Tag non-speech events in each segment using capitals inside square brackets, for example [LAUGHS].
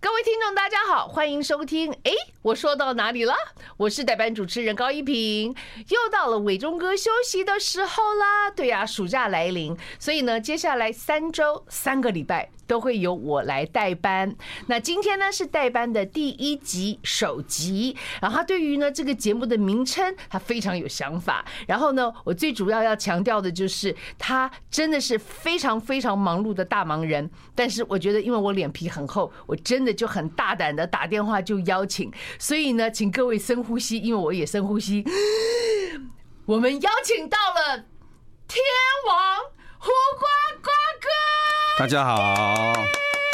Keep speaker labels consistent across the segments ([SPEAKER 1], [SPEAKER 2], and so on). [SPEAKER 1] 各位听众，大家好，欢迎收听。哎，我说到哪里了？我是代班主持人高一平。又到了伟忠哥休息的时候啦，对呀、暑假来临，所以呢，接下来三周、三个礼拜都会由我来代班。那今天呢是代班的第一集首集，然后他对于呢这个节目的名称，他非常有想法。然后呢，我最主要要强调的就是，他真的是非常非常忙碌的大忙人。但是我觉得，因为我脸皮很厚，我真的就很大胆的打电话就邀请。所以呢，请各位深呼吸，因为我也深呼吸。我们邀请到了天王胡瓜瓜哥，
[SPEAKER 2] 大家好，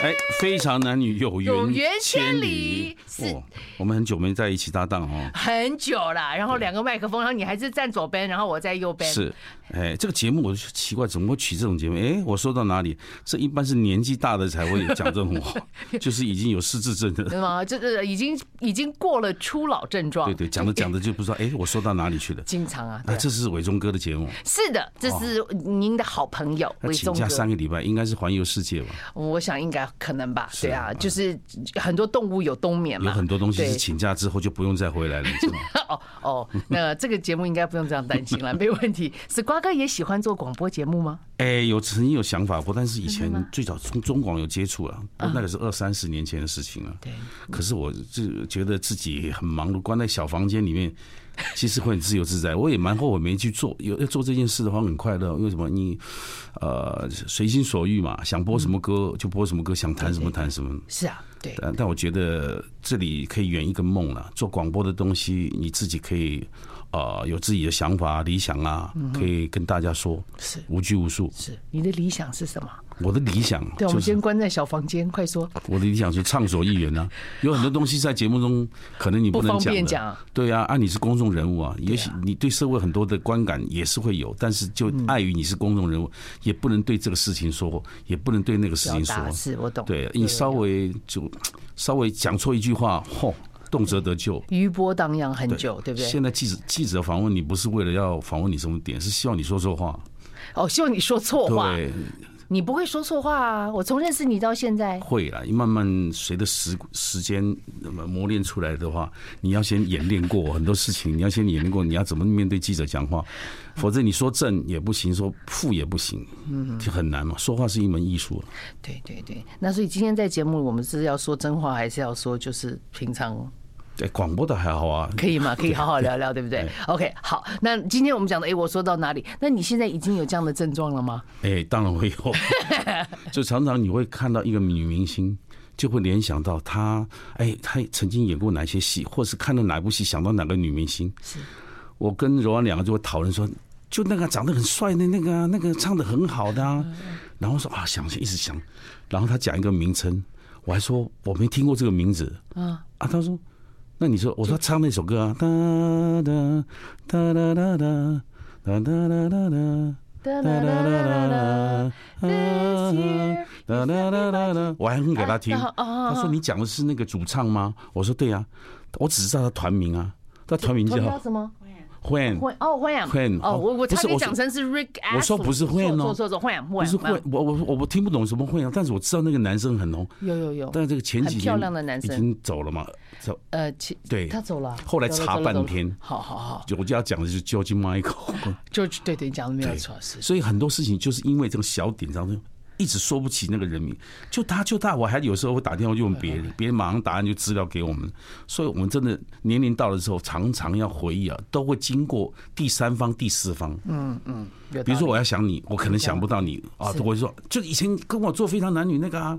[SPEAKER 2] 哎，非常男女有缘
[SPEAKER 1] 有缘千
[SPEAKER 2] 千
[SPEAKER 1] 里
[SPEAKER 2] 里，
[SPEAKER 1] 是
[SPEAKER 2] 哦，我们很久没在一起搭档哦。
[SPEAKER 1] 很久了。然后两个麦克风，然后你还是站左边，然后我在右边。
[SPEAKER 2] 是，哎，这个节目我就奇怪，怎么会取这种节目？哎，我说到哪里？这一般是年纪大的才会讲这种
[SPEAKER 1] [LAUGHS]
[SPEAKER 2] 话，就是已经有失智症的。
[SPEAKER 1] 对
[SPEAKER 2] [LAUGHS]
[SPEAKER 1] 吗？就是已经已经过了初老症状。
[SPEAKER 2] 对对，讲着讲着就不知道，哎，我说到哪里去了？
[SPEAKER 1] 经常 [LAUGHS] 啊，对
[SPEAKER 2] 啊，这是伟忠哥的节目，
[SPEAKER 1] 是的，这是您的好朋友
[SPEAKER 2] 他
[SPEAKER 1] 魏
[SPEAKER 2] 请
[SPEAKER 1] 忠
[SPEAKER 2] 假三
[SPEAKER 1] 哥，
[SPEAKER 2] 个礼拜，应该是环游世界吧？
[SPEAKER 1] 我想应该可能吧，对啊，
[SPEAKER 2] 啊
[SPEAKER 1] 就是很多动物有冬眠
[SPEAKER 2] 有
[SPEAKER 1] 嘛，
[SPEAKER 2] 很多东西
[SPEAKER 1] 对
[SPEAKER 2] 是请假之后就不用再回来了，你知道吗？
[SPEAKER 1] [LAUGHS] 哦哦，那这个节目应该不用这样担
[SPEAKER 2] [LAUGHS]
[SPEAKER 1] 心了，没问题。是瓜哥也喜欢做广播节目吗？
[SPEAKER 2] 哎，有曾经有想法过，但是以前最早从中广有接触啊，不过那个是二三十年前的事情了、
[SPEAKER 1] 嗯对，
[SPEAKER 2] 可是我就觉得自己很忙碌，关在小房间里面，其实会很自由自在。我也蛮后悔没去做，有要做这件事的话很快乐。为什么？你呃随心所欲嘛，想播
[SPEAKER 1] 嗯
[SPEAKER 2] 什么歌就播什么歌，想谈什么谈什么。
[SPEAKER 1] 是啊，对，
[SPEAKER 2] 但但我觉得这里可以圆一个梦了。做广播的东西，你自己可以呃有自己的想法、理想啊，可以跟大家说，
[SPEAKER 1] 嗯是
[SPEAKER 2] 无拘无束。
[SPEAKER 1] 是。你的理想是什么？
[SPEAKER 2] 我的理想啊
[SPEAKER 1] 对，我
[SPEAKER 2] 就
[SPEAKER 1] 们
[SPEAKER 2] 是哦
[SPEAKER 1] 先关在小房间，快说。
[SPEAKER 2] 我的理想是畅所欲言
[SPEAKER 1] [LAUGHS]
[SPEAKER 2] 啊，有很多东西在节目中可能你
[SPEAKER 1] 不
[SPEAKER 2] 能
[SPEAKER 1] 方便
[SPEAKER 2] 讲
[SPEAKER 1] 讲
[SPEAKER 2] 的，对啊，啊你是公众人物啊，也许你对社会很多的观感也是会有，但是就碍于你是公众人物，也不能对这个事情说，也不能对那个事
[SPEAKER 1] 表
[SPEAKER 2] 情
[SPEAKER 1] 达
[SPEAKER 2] 说，
[SPEAKER 1] 是我懂。
[SPEAKER 2] 对你稍微就稍微讲错一句话，吼，动辄得咎。
[SPEAKER 1] 余波荡漾很久，对不对？
[SPEAKER 2] 现在记者记者访问你不是为了要访问你什么点，是希望你说错话。
[SPEAKER 1] 哦，希望你说错话，
[SPEAKER 2] 对，
[SPEAKER 1] 你不会说错话啊！我从认识你到现在，
[SPEAKER 2] 会啦，慢慢随着时时间呃磨练出来的话，你要先演练过很多事情，你要先演练过，你要怎么面对记者讲话，否则你说正也不行，说负也不行，就很难嘛。说话是一门艺术啊，
[SPEAKER 1] 对对对。那所以今天在节目，我们是要说真话，还是要说就是平常
[SPEAKER 2] 对，哎广播的还好啊，
[SPEAKER 1] 可以吗？可以好好聊聊，对不 [LAUGHS] 对？OK，好。那今天我们讲的，哎，我说到哪里？那你现在已经有这样的症状了吗？
[SPEAKER 2] 哎，当然会有，就常常你会看到一个女明星，就会联想到她，哎，她曾经演过哪些戏，或是看到哪部戏想到哪个女明星。
[SPEAKER 1] 是
[SPEAKER 2] 我跟柔安两个就会讨论说，就那个长得很帅的那个啊，那个唱的很好的啊，然后说啊，想一直想，然后他讲一个名称，我还说我没听过这个名字
[SPEAKER 1] 啊
[SPEAKER 2] 啊，他说。那你说，我说唱那首歌啊，哒哒哒哒哒哒哒哒哒哒哒。
[SPEAKER 1] 哒
[SPEAKER 2] 哒
[SPEAKER 1] 啦
[SPEAKER 2] 哒
[SPEAKER 1] 啦啦啦啦
[SPEAKER 2] 哒哒哒哒哒哒哒，我还哼给他听。
[SPEAKER 1] 啊啊啊啊
[SPEAKER 2] 他说：“你讲的是那个主唱吗？”我说：“对呀、我只知道他团名啊，他团名
[SPEAKER 1] 团叫
[SPEAKER 2] 叫
[SPEAKER 1] 什么？
[SPEAKER 2] When，
[SPEAKER 1] 欢哦欢阳
[SPEAKER 2] Wham，
[SPEAKER 1] 哦，我我
[SPEAKER 2] 哦不
[SPEAKER 1] 差
[SPEAKER 2] 是
[SPEAKER 1] 点
[SPEAKER 2] 我说
[SPEAKER 1] 讲成是 Rick，Astley，
[SPEAKER 2] 我说不是 Wham 哦
[SPEAKER 1] 错错错欢阳
[SPEAKER 2] 不
[SPEAKER 1] 欢
[SPEAKER 2] 是
[SPEAKER 1] 阳欢
[SPEAKER 2] When，
[SPEAKER 1] 阳，
[SPEAKER 2] 我我我我听不懂什么 When，啊但是我知道那个男生很红，
[SPEAKER 1] 有有有，
[SPEAKER 2] 但这个前几
[SPEAKER 1] 很
[SPEAKER 2] 年
[SPEAKER 1] 漂亮的男生
[SPEAKER 2] 已经走了嘛，走
[SPEAKER 1] 呃，其
[SPEAKER 2] 对
[SPEAKER 1] 他走了，
[SPEAKER 2] 后来
[SPEAKER 1] 走了
[SPEAKER 2] 查
[SPEAKER 1] 走了
[SPEAKER 2] 半天
[SPEAKER 1] 走了好好好
[SPEAKER 2] 我就要讲的就是 George Michael。
[SPEAKER 1] ，George，对对，你讲的没有
[SPEAKER 2] 对
[SPEAKER 1] 错，是
[SPEAKER 2] 所以很多事情就是因为这个小点上面一直说不起那个人名，就他就他，我还有时候会打电话就问别人，别人马上答案就资料给我们，所以我们真的年龄到了之后，常常要回忆啊，都会经过第三方、第四方，
[SPEAKER 1] 有道理。
[SPEAKER 2] 比如说我要想你，我可能想不到你啊，我就说就以前跟我做非常男女那个啊，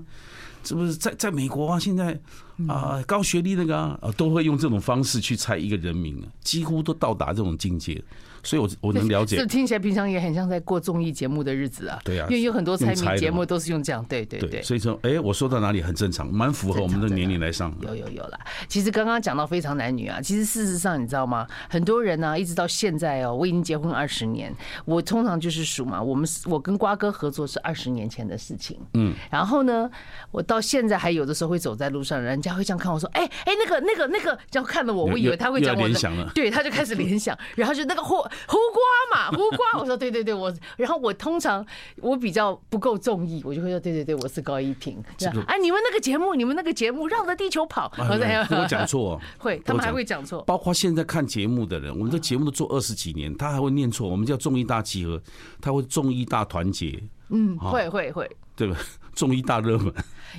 [SPEAKER 2] 这不是在在美国啊，现在啊、高学历那个啊，啊都会用这种方式去猜一个人名啊，几乎都到达这种境界，所以我我能了
[SPEAKER 1] 这
[SPEAKER 2] 解。
[SPEAKER 1] 听起来平常也很像在过综艺节目的日子啊。
[SPEAKER 2] 对啊
[SPEAKER 1] 因为有很多猜
[SPEAKER 2] 用猜
[SPEAKER 1] 谜
[SPEAKER 2] 的
[SPEAKER 1] 节目
[SPEAKER 2] 嘛
[SPEAKER 1] 都是用这样，对对
[SPEAKER 2] 对，
[SPEAKER 1] 对。
[SPEAKER 2] 所以说，哎，我说到哪里很正常，蛮符合我们的年龄
[SPEAKER 1] [LAUGHS]
[SPEAKER 2] 来上。
[SPEAKER 1] 有有有啦，其实刚刚讲到非常男女啊，其实事实上你知道吗？很多人呢、啊一直到现在哦，我已经结婚二十年，我通常就是数嘛，我们我跟瓜哥合作是二十年前的事情，嗯，然后呢，我到现在还有的时候会走在路上，人家家会这样看我说，哎哎，那个那个那个，然后看了我，我以为他会讲
[SPEAKER 2] 又要
[SPEAKER 1] 我
[SPEAKER 2] 联想了
[SPEAKER 1] 的，对，他就开始联想，然后就那个
[SPEAKER 2] [LAUGHS]
[SPEAKER 1] 胡胡瓜嘛，胡瓜，我说对对对，我，然后我通常我比较不够综艺，我就会说对对对，我是高一平，这样
[SPEAKER 2] 这个
[SPEAKER 1] 啊，你们那个节目，你们那个节目绕着地球跑，[LAUGHS]
[SPEAKER 2] 哎呀跟我
[SPEAKER 1] 错，
[SPEAKER 2] 讲错哦，
[SPEAKER 1] 会，他们还会讲错，
[SPEAKER 2] 包括现在看节目的人，我们这节目都做二十几年，他还会念错。我们叫众议大集合，他会众议大团结，
[SPEAKER 1] 嗯，会会会。
[SPEAKER 2] 对吧？ [LAUGHS] 众议大热门。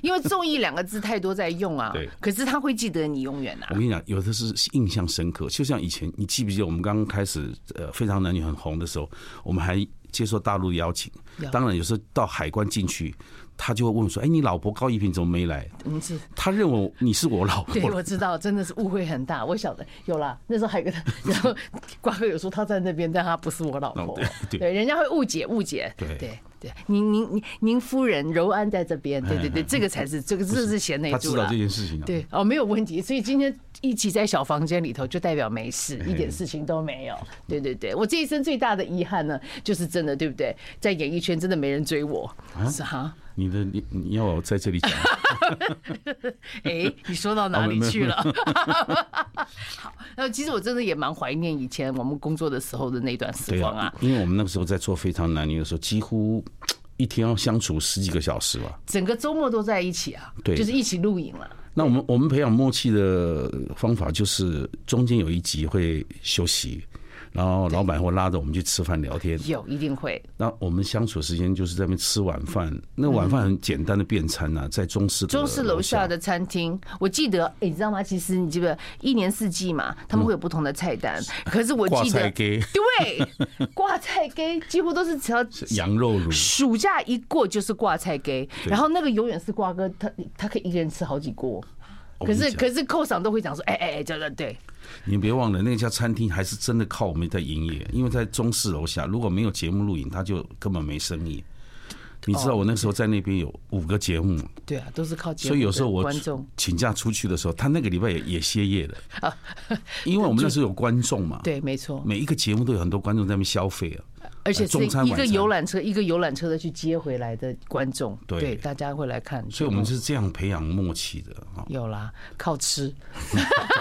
[SPEAKER 1] 因为“综艺”两个字太多在用啊
[SPEAKER 2] 对，
[SPEAKER 1] 可是他会记得你永远啊
[SPEAKER 2] 我。跟你讲，有的是印象深刻，就像以前，你记不记得我们刚刚开始呃《非常男女》很红的时候，我们还接受大陆的邀请
[SPEAKER 1] 有。
[SPEAKER 2] 当然，有时候到海关进去，他就会问我说：“哎，你老婆高一平怎么没来
[SPEAKER 1] 你是？”
[SPEAKER 2] 他认为你是我老
[SPEAKER 1] [LAUGHS]
[SPEAKER 2] [LAUGHS]
[SPEAKER 1] 对，我
[SPEAKER 2] 婆。
[SPEAKER 1] 知道，真的是误会很大。我晓得有啦，那时候还有个， [LAUGHS] 然后瓜哥有说他在那边，但他不是我老
[SPEAKER 2] 哦
[SPEAKER 1] 婆
[SPEAKER 2] 对对，
[SPEAKER 1] 对，人家会误解误解，
[SPEAKER 2] 对
[SPEAKER 1] 对对。您您您您夫人柔安在这边，对对
[SPEAKER 2] [LAUGHS]
[SPEAKER 1] 对，这个才是这个这是贤内
[SPEAKER 2] 他知
[SPEAKER 1] 助
[SPEAKER 2] 道
[SPEAKER 1] 了
[SPEAKER 2] 这。件事情啊。
[SPEAKER 1] 啊对哦，没有问题。所以今天一起在小房间里头，就代表没事，一点事情都没有。对对对，我这一生最大的遗憾呢，就是真的，对不对？在演艺圈真的没人追我，
[SPEAKER 2] 啊
[SPEAKER 1] 是哈。
[SPEAKER 2] 你的你你要我在这里
[SPEAKER 1] [LAUGHS]
[SPEAKER 2] 讲，
[SPEAKER 1] 哎，你说到哪里去了？ [LAUGHS] 好，那其实我真的也蛮怀念以前我们工作的时候的那段时
[SPEAKER 2] 对
[SPEAKER 1] 光啊
[SPEAKER 2] 啊，，因为我们那个时候在做《非常男女》的时候，几乎一天要相处十几个小时吧。
[SPEAKER 1] 整个周末都在一起啊，
[SPEAKER 2] 对
[SPEAKER 1] 就是一起录影了。
[SPEAKER 2] 那我们我们培养默契的方法就是中间有一集会休息，然后老板会拉着我们去吃饭聊天。
[SPEAKER 1] 有，一定会。
[SPEAKER 2] 那我们相处时间就是在那边吃晚饭，那晚饭很简单的便餐呐、在中式的
[SPEAKER 1] 中式楼下的餐厅，我记得，哎，你知道吗？其实你记不记得，一年四季嘛，他们会有不同的菜单。可是我
[SPEAKER 2] 挂
[SPEAKER 1] 记
[SPEAKER 2] 菜
[SPEAKER 1] 得，
[SPEAKER 2] 给
[SPEAKER 1] 对，挂菜羹几乎都是只要
[SPEAKER 2] 羊肉炉，
[SPEAKER 1] 暑假一过就是挂菜羹，
[SPEAKER 2] 嗯对
[SPEAKER 1] 然后那个永远是瓜哥，他他可以一个人吃好几锅。
[SPEAKER 2] 哦我
[SPEAKER 1] 可
[SPEAKER 2] 跟你
[SPEAKER 1] 是
[SPEAKER 2] 讲
[SPEAKER 1] 可是寇赏都会讲说，哎哎哎，这个对，
[SPEAKER 2] 你别忘了那家餐厅还是真的靠我们在营业，因为在中式楼下，如果没有节目录影，他就根本没生意。
[SPEAKER 1] 哦
[SPEAKER 2] 你知道我那时候在那边有五个节目，
[SPEAKER 1] 对啊，都是靠节目
[SPEAKER 2] 所以有时候
[SPEAKER 1] 的
[SPEAKER 2] 我
[SPEAKER 1] 观众
[SPEAKER 2] 请假出去的时候，他那个礼拜也也歇业了，因为我们那时
[SPEAKER 1] [LAUGHS]
[SPEAKER 2] 候有观众嘛，
[SPEAKER 1] 哦对，哦没错，
[SPEAKER 2] 每一个节目都有很多观众在那边消费啊。
[SPEAKER 1] 而且是
[SPEAKER 2] 中餐
[SPEAKER 1] 一个
[SPEAKER 2] 晚餐
[SPEAKER 1] 游览车一个游览车的去接回来的观众，
[SPEAKER 2] 对
[SPEAKER 1] 对，大家会来看，
[SPEAKER 2] 所以我们是这样培养默契的啊。
[SPEAKER 1] 有啦，靠吃。 [LAUGHS]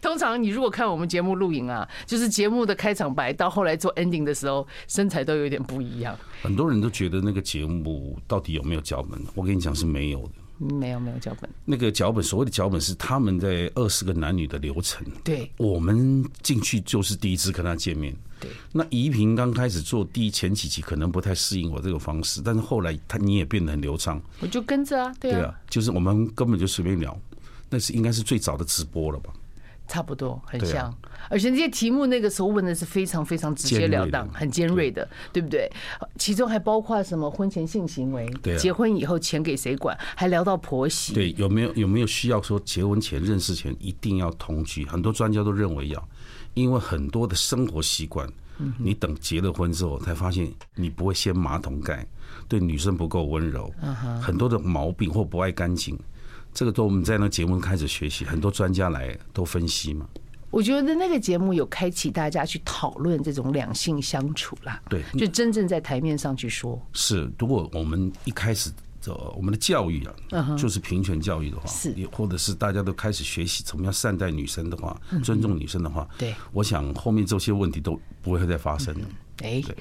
[SPEAKER 1] 通常你如果看我们节目录影啊，就是节目的开场白到后来做 ending 的时候，身材都有点不一样。
[SPEAKER 2] 很多人都觉得那个节目到底有没有脚本，我跟你讲是没有的。
[SPEAKER 1] 嗯没有没有脚本，
[SPEAKER 2] 那个脚本，所谓的脚本是他们在二十个男女的流程。
[SPEAKER 1] 对
[SPEAKER 2] 我们进去就是第一次跟他见面。
[SPEAKER 1] 对，
[SPEAKER 2] 那怡平刚开始做第一前几集可能不太适应我这个方式，但是后来他你也变得很流畅。
[SPEAKER 1] 我就跟着啊，对
[SPEAKER 2] 对
[SPEAKER 1] 啊，
[SPEAKER 2] 啊，就是我们根本就随便聊，那是应该是最早的直播了吧？
[SPEAKER 1] 差不多很
[SPEAKER 2] 对啊
[SPEAKER 1] 像。而且那些题目那个时候问的是非常非常直截了
[SPEAKER 2] 尖
[SPEAKER 1] 当
[SPEAKER 2] 锐，的
[SPEAKER 1] 很尖锐的，对不对？其中还包括什么婚前性行为
[SPEAKER 2] 对啊，
[SPEAKER 1] 结婚以后钱给谁管，还聊到婆媳。
[SPEAKER 2] 对，有没有有没有需要说结婚前、认识前一定要同居？很多专家都认为要，因为很多的生活习惯，你等结了婚之后才发现，你不会掀马桶盖，对女生不够温柔，很多的毛病或不爱干净。这个都我们在那节目开始学习，很多专家来都分析嘛。
[SPEAKER 1] 我觉得那个节目有开启大家去讨论这种两性相处啦，
[SPEAKER 2] 对
[SPEAKER 1] 就真正在台面上去说，
[SPEAKER 2] 是，如果我们一开始的我们的教育啊，就是平权教育的话，
[SPEAKER 1] 嗯是
[SPEAKER 2] 也或者是大家都开始学习怎么样善待女生的话，尊重女生的话，
[SPEAKER 1] 嗯对，
[SPEAKER 2] 我想后面这些问题都不会再发生了。
[SPEAKER 1] 哎
[SPEAKER 2] 对。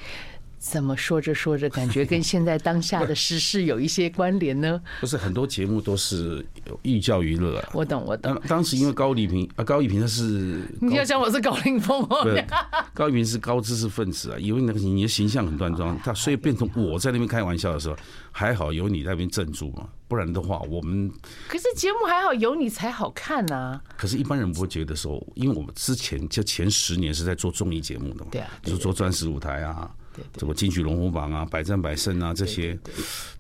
[SPEAKER 1] 怎么说着说着，感觉跟现在当下
[SPEAKER 2] [LAUGHS]
[SPEAKER 1] 的时事有一些关联呢？
[SPEAKER 2] 不是很多节目都是有寓教于乐啊。
[SPEAKER 1] 我懂，我懂。
[SPEAKER 2] 当当时因为高丽萍啊，高丽萍她是
[SPEAKER 1] 你要讲我是高凌风哦 [LAUGHS]
[SPEAKER 2] 不，是高丽萍是高知识分子啊，因为那个你的形象很端庄，他所以变成我在那边开玩笑的时候，还好有你在那边镇住嘛，不然的话我们
[SPEAKER 1] 可是节目还好，有你才好看啊呐、
[SPEAKER 2] 可是，一般人不会觉得说，因为我们之前就前十年是在做综艺节目的嘛，
[SPEAKER 1] 对啊对
[SPEAKER 2] 就是做钻石舞台啊，
[SPEAKER 1] 对对
[SPEAKER 2] 什么金曲龙虎榜啊、百战百胜啊这些，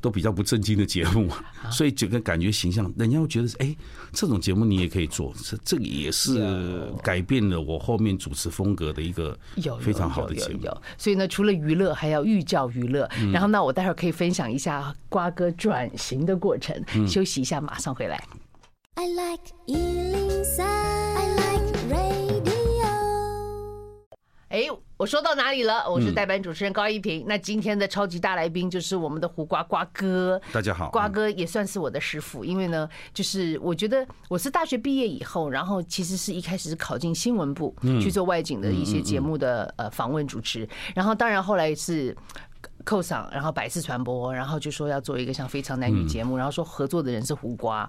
[SPEAKER 2] 都比较不正经的节目，啊
[SPEAKER 1] 啊
[SPEAKER 2] 所以整个感觉形象，人家会觉得是，哎，这种节目你也可以做，这这个也是改变了我后面主持风格的一个
[SPEAKER 1] 有
[SPEAKER 2] 非常好的
[SPEAKER 1] 有
[SPEAKER 2] 节
[SPEAKER 1] 有
[SPEAKER 2] 目。嗯
[SPEAKER 1] 有，所以呢，除了娱乐，还要寓教于乐。然后呢，我待会儿可以分享一下瓜哥转型的过程。
[SPEAKER 2] 嗯
[SPEAKER 1] 休息一下，马上回来。
[SPEAKER 3] I like Ealing Sound. I like radio.
[SPEAKER 1] 哎，我说到哪里了？我是代班主持人高一平。那今天的超级大来宾就是我们的胡瓜瓜哥。
[SPEAKER 2] 大家好嗯
[SPEAKER 1] 瓜哥也算是我的师傅，因为呢，就是我觉得我是大学毕业以后，然后其实是一开始是考进新闻部
[SPEAKER 2] 嗯
[SPEAKER 1] 去做外景的一些节目的呃访问主持，然后当然后来是。扣嗓，然后百事传播，然后就说要做一个像《非常男
[SPEAKER 2] 嗯
[SPEAKER 1] 女》节目，然后说合作的人是胡瓜。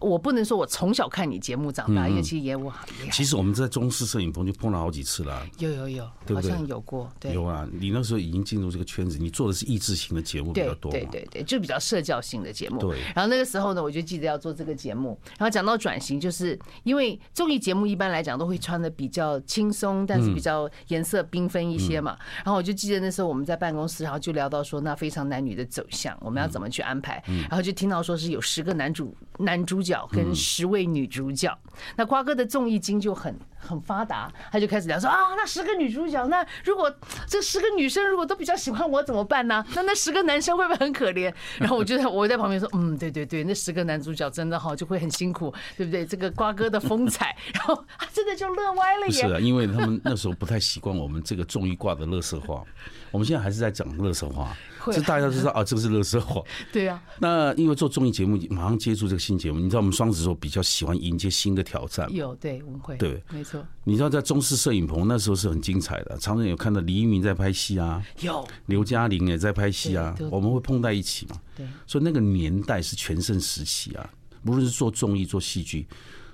[SPEAKER 1] 我不能说我从小看你节目长大，因为其实也我也
[SPEAKER 2] 嗯其实我们在中式摄影棚就碰了好几次了。
[SPEAKER 1] 有有有，
[SPEAKER 2] 对
[SPEAKER 1] 好
[SPEAKER 2] 不对
[SPEAKER 1] 像有过，对
[SPEAKER 2] 有啊，你那时候已经进入这个圈子，你做的是益智型的节目比
[SPEAKER 1] 对
[SPEAKER 2] 较多嘛？
[SPEAKER 1] 对对对，就比较社交性的节目。
[SPEAKER 2] 对
[SPEAKER 1] 然后那个时候呢，我就记得要做这个节目。然后讲到转型，就是因为综艺节目一般来讲都会穿的比较轻松，但是
[SPEAKER 2] 嗯
[SPEAKER 1] 比较颜色缤纷一些嘛。然后我就记得那时候我们在办公室，然后就聊到说，那非常男女的走向，我们要怎么去安排？
[SPEAKER 2] 嗯
[SPEAKER 1] 然后就听到说是有十个男主男主角跟十位女主角。那瓜哥的综艺经就很很发达，他就开始聊说啊，那十个女主角，那如果这十个女生如果都比较喜欢我怎么办呢？那 [LAUGHS] 那十个男生会不会很可怜？然后我就在 [LAUGHS] 我在旁边说，嗯，对对对，那十个男主角真的哈就会很辛苦，对不对？这个瓜哥的风采，然后他真的就乐歪了
[SPEAKER 2] 不是
[SPEAKER 1] 耶。
[SPEAKER 2] 啊，因为他们那时候不太习惯我们这个综艺挂的乐色
[SPEAKER 1] [LAUGHS]
[SPEAKER 2] 话，我们现在还是在讲乐色话，
[SPEAKER 1] 会啊
[SPEAKER 2] 这大家都知道啊，这个是乐色
[SPEAKER 1] [LAUGHS]
[SPEAKER 2] 话。
[SPEAKER 1] 对啊，
[SPEAKER 2] 那因为做综艺节目，马上接触这个新节目，你知道我们双子座比较喜欢迎接新的挑战。
[SPEAKER 1] 有对文慧，
[SPEAKER 2] 对，
[SPEAKER 1] 没错，
[SPEAKER 2] 你知道在中式摄影棚那时候是很精彩的，常常有看到李一鸣在拍戏啊，
[SPEAKER 1] 有
[SPEAKER 2] 刘嘉玲也在拍戏啊
[SPEAKER 1] 对，都
[SPEAKER 2] 我们会碰在一起嘛。
[SPEAKER 1] 对
[SPEAKER 2] 所以那个年代是全盛时期啊，无论是做综艺、做戏剧，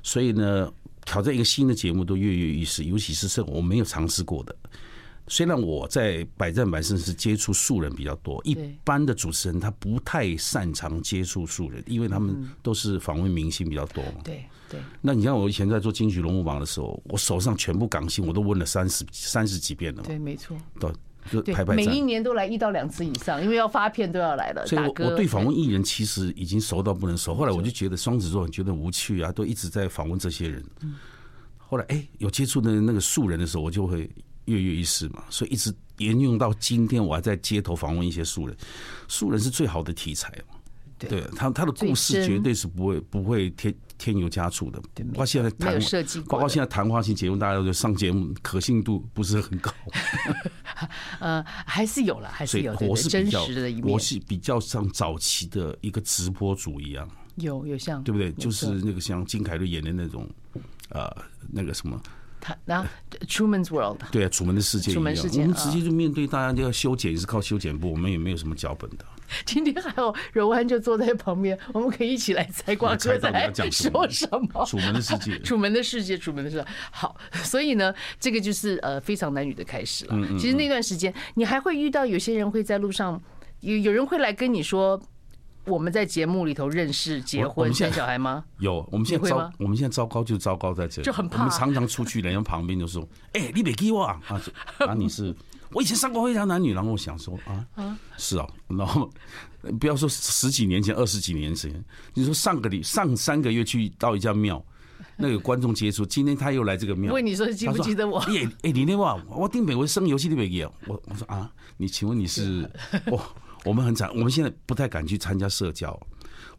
[SPEAKER 2] 所以呢，挑战一个新的节目都跃跃欲试，尤其是这种我没有尝试过的。虽然我在百战百胜是接触素人比较多，一
[SPEAKER 1] 对
[SPEAKER 2] 般的主持人他不太擅长接触素人，因为他们都是访问明星比较多嘛。
[SPEAKER 1] 嗯对对，
[SPEAKER 2] 那你像我以前在做金曲龙虎榜的时候，我手上全部港星我都问了三十三十几遍了嘛，
[SPEAKER 1] 对，没错，
[SPEAKER 2] 对，就
[SPEAKER 1] 对
[SPEAKER 2] 排，排
[SPEAKER 1] 每
[SPEAKER 2] 站。
[SPEAKER 1] 一年都来一到两次以上，因为要发片都要来了。
[SPEAKER 2] 所以
[SPEAKER 1] 打
[SPEAKER 2] 我
[SPEAKER 1] 歌
[SPEAKER 2] 我对访问艺人其实已经熟到不能熟。后来我就觉得双子座很觉得无趣啊，都一直在访问这些人。
[SPEAKER 1] 嗯
[SPEAKER 2] 后来哎、有接触的那个素人的时候，我就会跃跃欲试嘛，所以一直沿用到今天，我还在街头访问一些素人。素人是最好的题材嘛，
[SPEAKER 1] 对
[SPEAKER 2] 对他他的故
[SPEAKER 1] 最
[SPEAKER 2] 事
[SPEAKER 1] 深
[SPEAKER 2] 绝对是不会不会添添油加醋的。包括现在
[SPEAKER 1] 没有
[SPEAKER 2] 谈
[SPEAKER 1] 设计过的
[SPEAKER 2] 包括现在谈话性节目，大家就上节目可信度不是很高。
[SPEAKER 1] [LAUGHS] 呃，还是有了，还
[SPEAKER 2] 所
[SPEAKER 1] 是
[SPEAKER 2] 以
[SPEAKER 1] 有对
[SPEAKER 2] 我
[SPEAKER 1] 对
[SPEAKER 2] 是
[SPEAKER 1] 真
[SPEAKER 2] 比较
[SPEAKER 1] 实的一，面
[SPEAKER 2] 我，是比较像早期的一个直播主一样，
[SPEAKER 1] 有有像
[SPEAKER 2] 对不对？
[SPEAKER 1] 没
[SPEAKER 2] 就是
[SPEAKER 1] 错
[SPEAKER 2] 那个像金凯瑞演的那种，呃，那个什么，
[SPEAKER 1] 他，然后《Truman's World》
[SPEAKER 2] 对啊，《楚门的世界》一
[SPEAKER 1] 楚门
[SPEAKER 2] 样
[SPEAKER 1] 世界
[SPEAKER 2] 我们
[SPEAKER 1] 啊
[SPEAKER 2] 直接就面对大家就要修剪，也是靠修剪部，我们也没有什么脚本的。
[SPEAKER 1] [LAUGHS] 今天还有柔安就坐在旁边，我们可以一起来猜瓜哥
[SPEAKER 2] 猜到你
[SPEAKER 1] 在
[SPEAKER 2] 要讲什
[SPEAKER 1] 说
[SPEAKER 2] 么
[SPEAKER 1] 什么。
[SPEAKER 2] 《楚门的世
[SPEAKER 1] [LAUGHS]
[SPEAKER 2] 界》
[SPEAKER 1] 楚门的世界，楚门的世界。好，所以呢，这个就是呃非常男女的开始
[SPEAKER 2] 嗯
[SPEAKER 1] 了。其实那段时间，你还会遇到有些人会在路上，有有人会来跟你说，我们在节目里头认识、结
[SPEAKER 2] 我我
[SPEAKER 1] 婚、
[SPEAKER 2] 们现
[SPEAKER 1] 生
[SPEAKER 2] 在
[SPEAKER 1] 小孩吗？
[SPEAKER 2] 有，我们现在
[SPEAKER 1] 你会
[SPEAKER 2] 糟
[SPEAKER 1] 吗，
[SPEAKER 2] 我们现在糟糕就糟糕在这里，
[SPEAKER 1] 就很怕
[SPEAKER 2] 我们常常出去，人家旁边就说：“哎，你别给我啊！”
[SPEAKER 1] [LAUGHS]
[SPEAKER 2] 啊，说啊你是我以前上过《非常男女》，然后我想说啊，是哦，然后呃不要说十几年前、二十几年前，你说上个礼上三个月去到一家庙，那个观众接触，今天他又来这个庙，
[SPEAKER 1] 问你说记不
[SPEAKER 2] 他说
[SPEAKER 1] 记得我
[SPEAKER 2] 哎哎，你那哇，我定北我生游戏你北给啊，我我说啊，你请问
[SPEAKER 1] [LAUGHS]
[SPEAKER 2] 你是我我们很惨，我们现在不太敢去参加社交。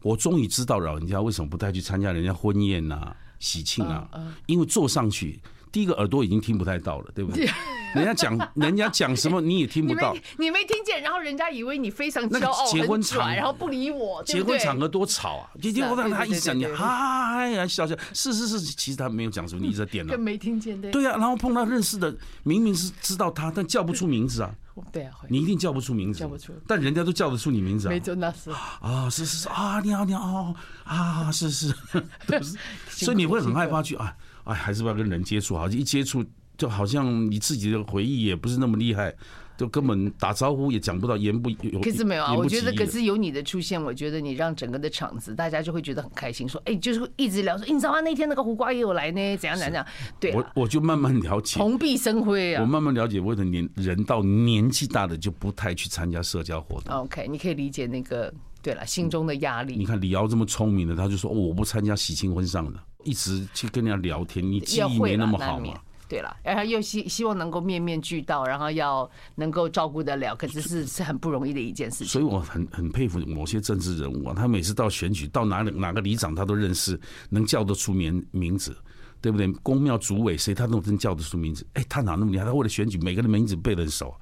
[SPEAKER 2] 我终于知道老人家为什么不太去参加人家婚宴呐、喜庆啊，
[SPEAKER 1] 嗯
[SPEAKER 2] 因为坐上去，第一个耳朵已经听不太到了，对不对？ [LAUGHS] 人家讲人家讲什么你也听
[SPEAKER 1] 你
[SPEAKER 2] 不到
[SPEAKER 1] 没。你没听见，然后人家以为你非常
[SPEAKER 2] 那个
[SPEAKER 1] 骄傲、
[SPEAKER 2] 结婚
[SPEAKER 1] 很拽
[SPEAKER 2] 场
[SPEAKER 1] 然后不理我，对
[SPEAKER 2] 结
[SPEAKER 1] 不对
[SPEAKER 2] 婚场合多吵啊！结结
[SPEAKER 1] 啊
[SPEAKER 2] 婚
[SPEAKER 1] 对对
[SPEAKER 2] 他一直讲你
[SPEAKER 1] 对对对
[SPEAKER 2] 嗨呀笑笑，是是是，其实他没有讲什么，你一直在点了
[SPEAKER 1] 更。没听见，对
[SPEAKER 2] 对啊，然后碰到认识的，明明是知道他，但叫不出名字啊。
[SPEAKER 1] 对啊，会
[SPEAKER 2] 你一定叫不出名字，
[SPEAKER 1] 叫不出
[SPEAKER 2] 但人家都叫得出你名字啊
[SPEAKER 1] 没！错，那是
[SPEAKER 2] 啊，是是是啊，你好你好哦啊，是
[SPEAKER 1] [LAUGHS]
[SPEAKER 2] 是， [LAUGHS] 都是，
[SPEAKER 1] 苦
[SPEAKER 2] 所以你会很害怕去啊，哎，还是不要跟人接触好，一接触就好像你自己的回忆也不是那么厉害，就根本打招呼也讲不到，言不有
[SPEAKER 1] 可是没有啊，
[SPEAKER 2] 言不
[SPEAKER 1] 我觉
[SPEAKER 2] 及
[SPEAKER 1] 得
[SPEAKER 2] 义
[SPEAKER 1] 可
[SPEAKER 2] 了
[SPEAKER 1] 是有你的出现，我觉得你让整个的场子大家就会觉得很开心，说哎，就是会一直聊说，哎你知道吗？那天那个胡瓜也有来呢，怎样怎样怎样，对啊，
[SPEAKER 2] 我我就慢慢了解，
[SPEAKER 1] 蓬荜生辉
[SPEAKER 2] 我
[SPEAKER 1] 啊。
[SPEAKER 2] 慢慢了解，为了年人到年纪大了就不太去参加社交活动。
[SPEAKER 1] OK，你可以理解那个对了，心中的压
[SPEAKER 2] 你
[SPEAKER 1] 力。
[SPEAKER 2] 看李敖这么聪明的，他就说、哦我不参加喜庆婚丧的，一直去跟人家聊天，你记
[SPEAKER 1] 要
[SPEAKER 2] 忆
[SPEAKER 1] 会
[SPEAKER 2] 没
[SPEAKER 1] 了
[SPEAKER 2] 那么
[SPEAKER 1] 难
[SPEAKER 2] 好
[SPEAKER 1] 免
[SPEAKER 2] 嘛。
[SPEAKER 1] 对了，然后又希希望能够面面俱到，然后要能够照顾得了，可是是是很不容易的一件事情。
[SPEAKER 2] 所以我很很佩服某些政治人物啊，他每次到选举到哪里哪个里长他都认识，能叫得出名名字。对不对？公庙主委谁他都能叫得出名字？哎，他哪那么厉害？他为了选举，每个人名字背得很熟，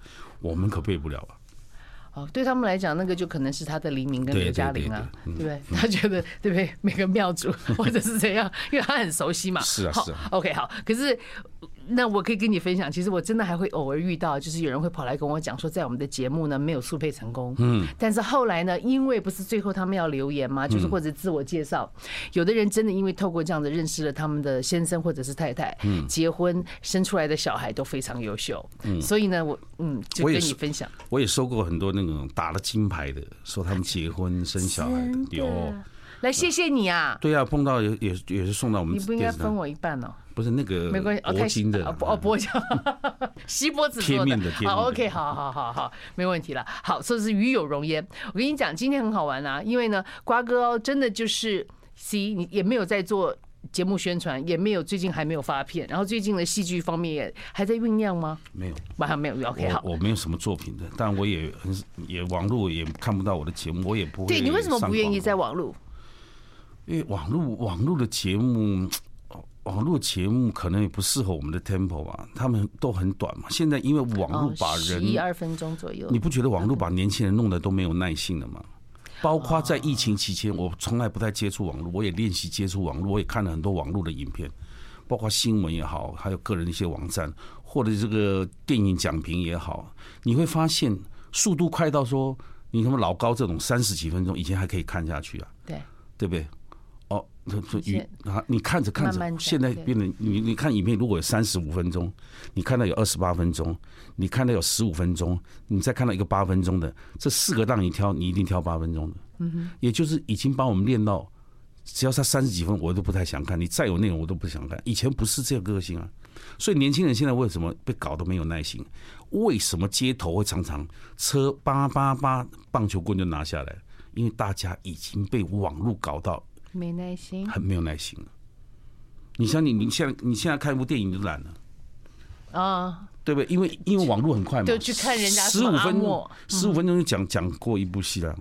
[SPEAKER 2] 我们可背不了啊。
[SPEAKER 1] 哦，对他们来讲，那个就可能是他的黎明跟
[SPEAKER 2] 对
[SPEAKER 1] 刘
[SPEAKER 2] 对
[SPEAKER 1] 嘉
[SPEAKER 2] 对
[SPEAKER 1] 玲啊，对
[SPEAKER 2] 对嗯
[SPEAKER 1] 不对？他觉得对不对？ [LAUGHS] 每个庙
[SPEAKER 2] [LAUGHS]
[SPEAKER 1] 主或者是怎样，因为他很熟悉嘛。
[SPEAKER 2] 是啊
[SPEAKER 1] 好
[SPEAKER 2] 是啊
[SPEAKER 1] OK，好。可是那我可以跟你分享，其实我真的还会偶尔遇到，就是有人会跑来跟我讲说，在我们的节目呢没有速配成功。嗯。但是后来呢，因为不是最后他们要留言嘛，
[SPEAKER 2] 嗯
[SPEAKER 1] 就是或者自我介绍，有的人真的因为透过这样子认识了他们的先生或者是太太，嗯，结婚生出来的小孩都非常优秀。嗯。所以呢，我嗯就
[SPEAKER 2] 我
[SPEAKER 1] 跟
[SPEAKER 2] 也
[SPEAKER 1] 你
[SPEAKER 2] 是
[SPEAKER 1] 分享。
[SPEAKER 2] 我也收过很多那种打了金牌的，说他们结婚生小孩的
[SPEAKER 1] 真，的
[SPEAKER 2] 有。
[SPEAKER 1] 来，谢谢你啊！
[SPEAKER 2] 对啊，碰到也也也是送到我们
[SPEAKER 1] 你不应该
[SPEAKER 2] 电视台
[SPEAKER 1] 分我一半哦，
[SPEAKER 2] 不是那个
[SPEAKER 1] 没关系，哦，
[SPEAKER 2] 铂金的嗯啊
[SPEAKER 1] 哦，哦，铂金， [LAUGHS] 锡箔纸做
[SPEAKER 2] 贴面的贴面的
[SPEAKER 1] 好，OK，好好好好，没问题了。好，所以是与有荣焉。我跟你讲，今天很好玩啊，因为呢，瓜哥哦真的就是 C，你也没有在做。节目宣传也没有，最近还没有发片，然后最近的戏剧方面也还在酝酿吗？
[SPEAKER 2] 没有。
[SPEAKER 1] 晚上没有，OK，好。哦
[SPEAKER 2] 我我没有什么作品的，但我也很也网络也看不到我的节目，我也不会。
[SPEAKER 1] 对你为什么不愿意在？网络？
[SPEAKER 2] 因为网络网络的节目，哦网络节目可能也不适合我们的 tempo 吧，他们都很短嘛。现在因为网络把
[SPEAKER 1] 哦十
[SPEAKER 2] 人，
[SPEAKER 1] 一二分钟左右。
[SPEAKER 2] 你不觉得网络把年轻人弄得都没有耐性了吗？
[SPEAKER 1] 嗯
[SPEAKER 2] 包括在疫情期间，我从来不太接触网络，我也练习接触网络，我也看了很多网络的影片，包括新闻也好，还有个人的一些网站，或者这个电影讲评也好，你会发现速度快到说，你什么老高这种三十几分钟，以前还可以看下去啊，
[SPEAKER 1] 对，
[SPEAKER 2] 对不对？哦，这这
[SPEAKER 1] 现
[SPEAKER 2] 语啊，你看着看
[SPEAKER 1] 慢慢
[SPEAKER 2] 着，
[SPEAKER 1] 讲
[SPEAKER 2] 现在
[SPEAKER 1] 对
[SPEAKER 2] 变成你你看影片，如果有三十五分钟，你看到有二十八分钟，你看到有十五分钟，你再看到一个八分钟的，这四个让你挑，你一定挑八分钟的。嗯哼，也就是已经把我们练到，只要他三十几分，我都不太想看。你再有内容，我都不想看。以前不是这个个性啊，所以年轻人现在为什么被搞得没有耐心？为什么街头会常常车叭叭叭棒球棍就拿下来？因为大家已经被网络搞到
[SPEAKER 1] 没耐心。
[SPEAKER 2] 很没有耐心了。你像你，你现在你现在看一部电影你都懒了，
[SPEAKER 1] 啊，
[SPEAKER 2] 对不对？因为因为网络很快嘛，
[SPEAKER 1] 就去看人家什
[SPEAKER 2] 十
[SPEAKER 1] 么
[SPEAKER 2] 五
[SPEAKER 1] 阿
[SPEAKER 2] 分
[SPEAKER 1] 莫嗯
[SPEAKER 2] 钟，十五分钟就讲讲过一部戏了。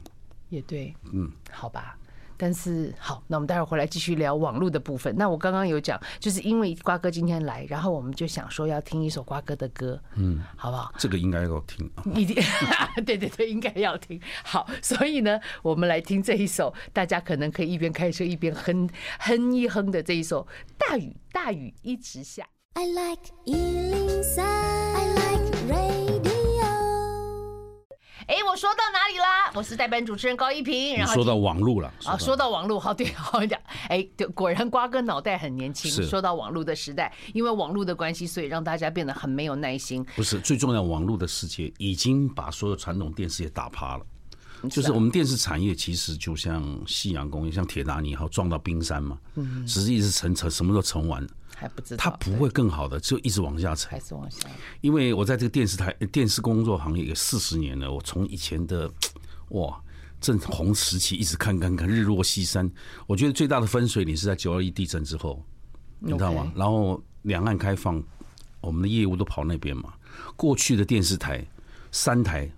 [SPEAKER 1] 也对，嗯，好吧。但是好，那我们待会儿回来继续聊网络的部分。那我刚刚有讲，就是因为瓜哥今天来，然后我们就想说要听一首瓜哥的歌，嗯，好不好？
[SPEAKER 2] 这个应该要听啊，
[SPEAKER 1] 一定， [LAUGHS] 对对对，应该要听。好，所以呢，我们来听这一首，大家可能可以一边开车一边哼哼一哼的这一首《大雨大雨一直下》。
[SPEAKER 3] I like Ealing Sound. I like radio.
[SPEAKER 1] 哎，我说到哪里啦？我是代班主持人高一平，
[SPEAKER 2] 你
[SPEAKER 1] 然后
[SPEAKER 2] 说到网络了
[SPEAKER 1] 哎啊，说到网络，好对，好讲， [LAUGHS] 哎，对，果然瓜哥脑袋很年轻。
[SPEAKER 2] 是
[SPEAKER 1] 说到网络的时代，因为网络的关系，所以让大家变得很没有耐心。
[SPEAKER 2] 不是最重要，网络的世界已经把所有传统电视也打趴了。
[SPEAKER 1] 啊
[SPEAKER 2] 就是我们电视产业其实就像夕阳工业，像铁达尼号撞到冰山嘛，只是一直沉沉，什么时候沉完？
[SPEAKER 1] 还不嗯知道
[SPEAKER 2] 它不
[SPEAKER 1] 对
[SPEAKER 2] 会更好的，就一直往下沉
[SPEAKER 1] 还。是往下。
[SPEAKER 2] 因为我在这个电视台、呃电视工作行业有四十年了，我从以前的哇正红时期一直看看看日落西山，我觉得最大的分水岭是在九二一地震之后，你知道吗？然后两岸开放，我们的业务都跑那边嘛。过去的电视台三台，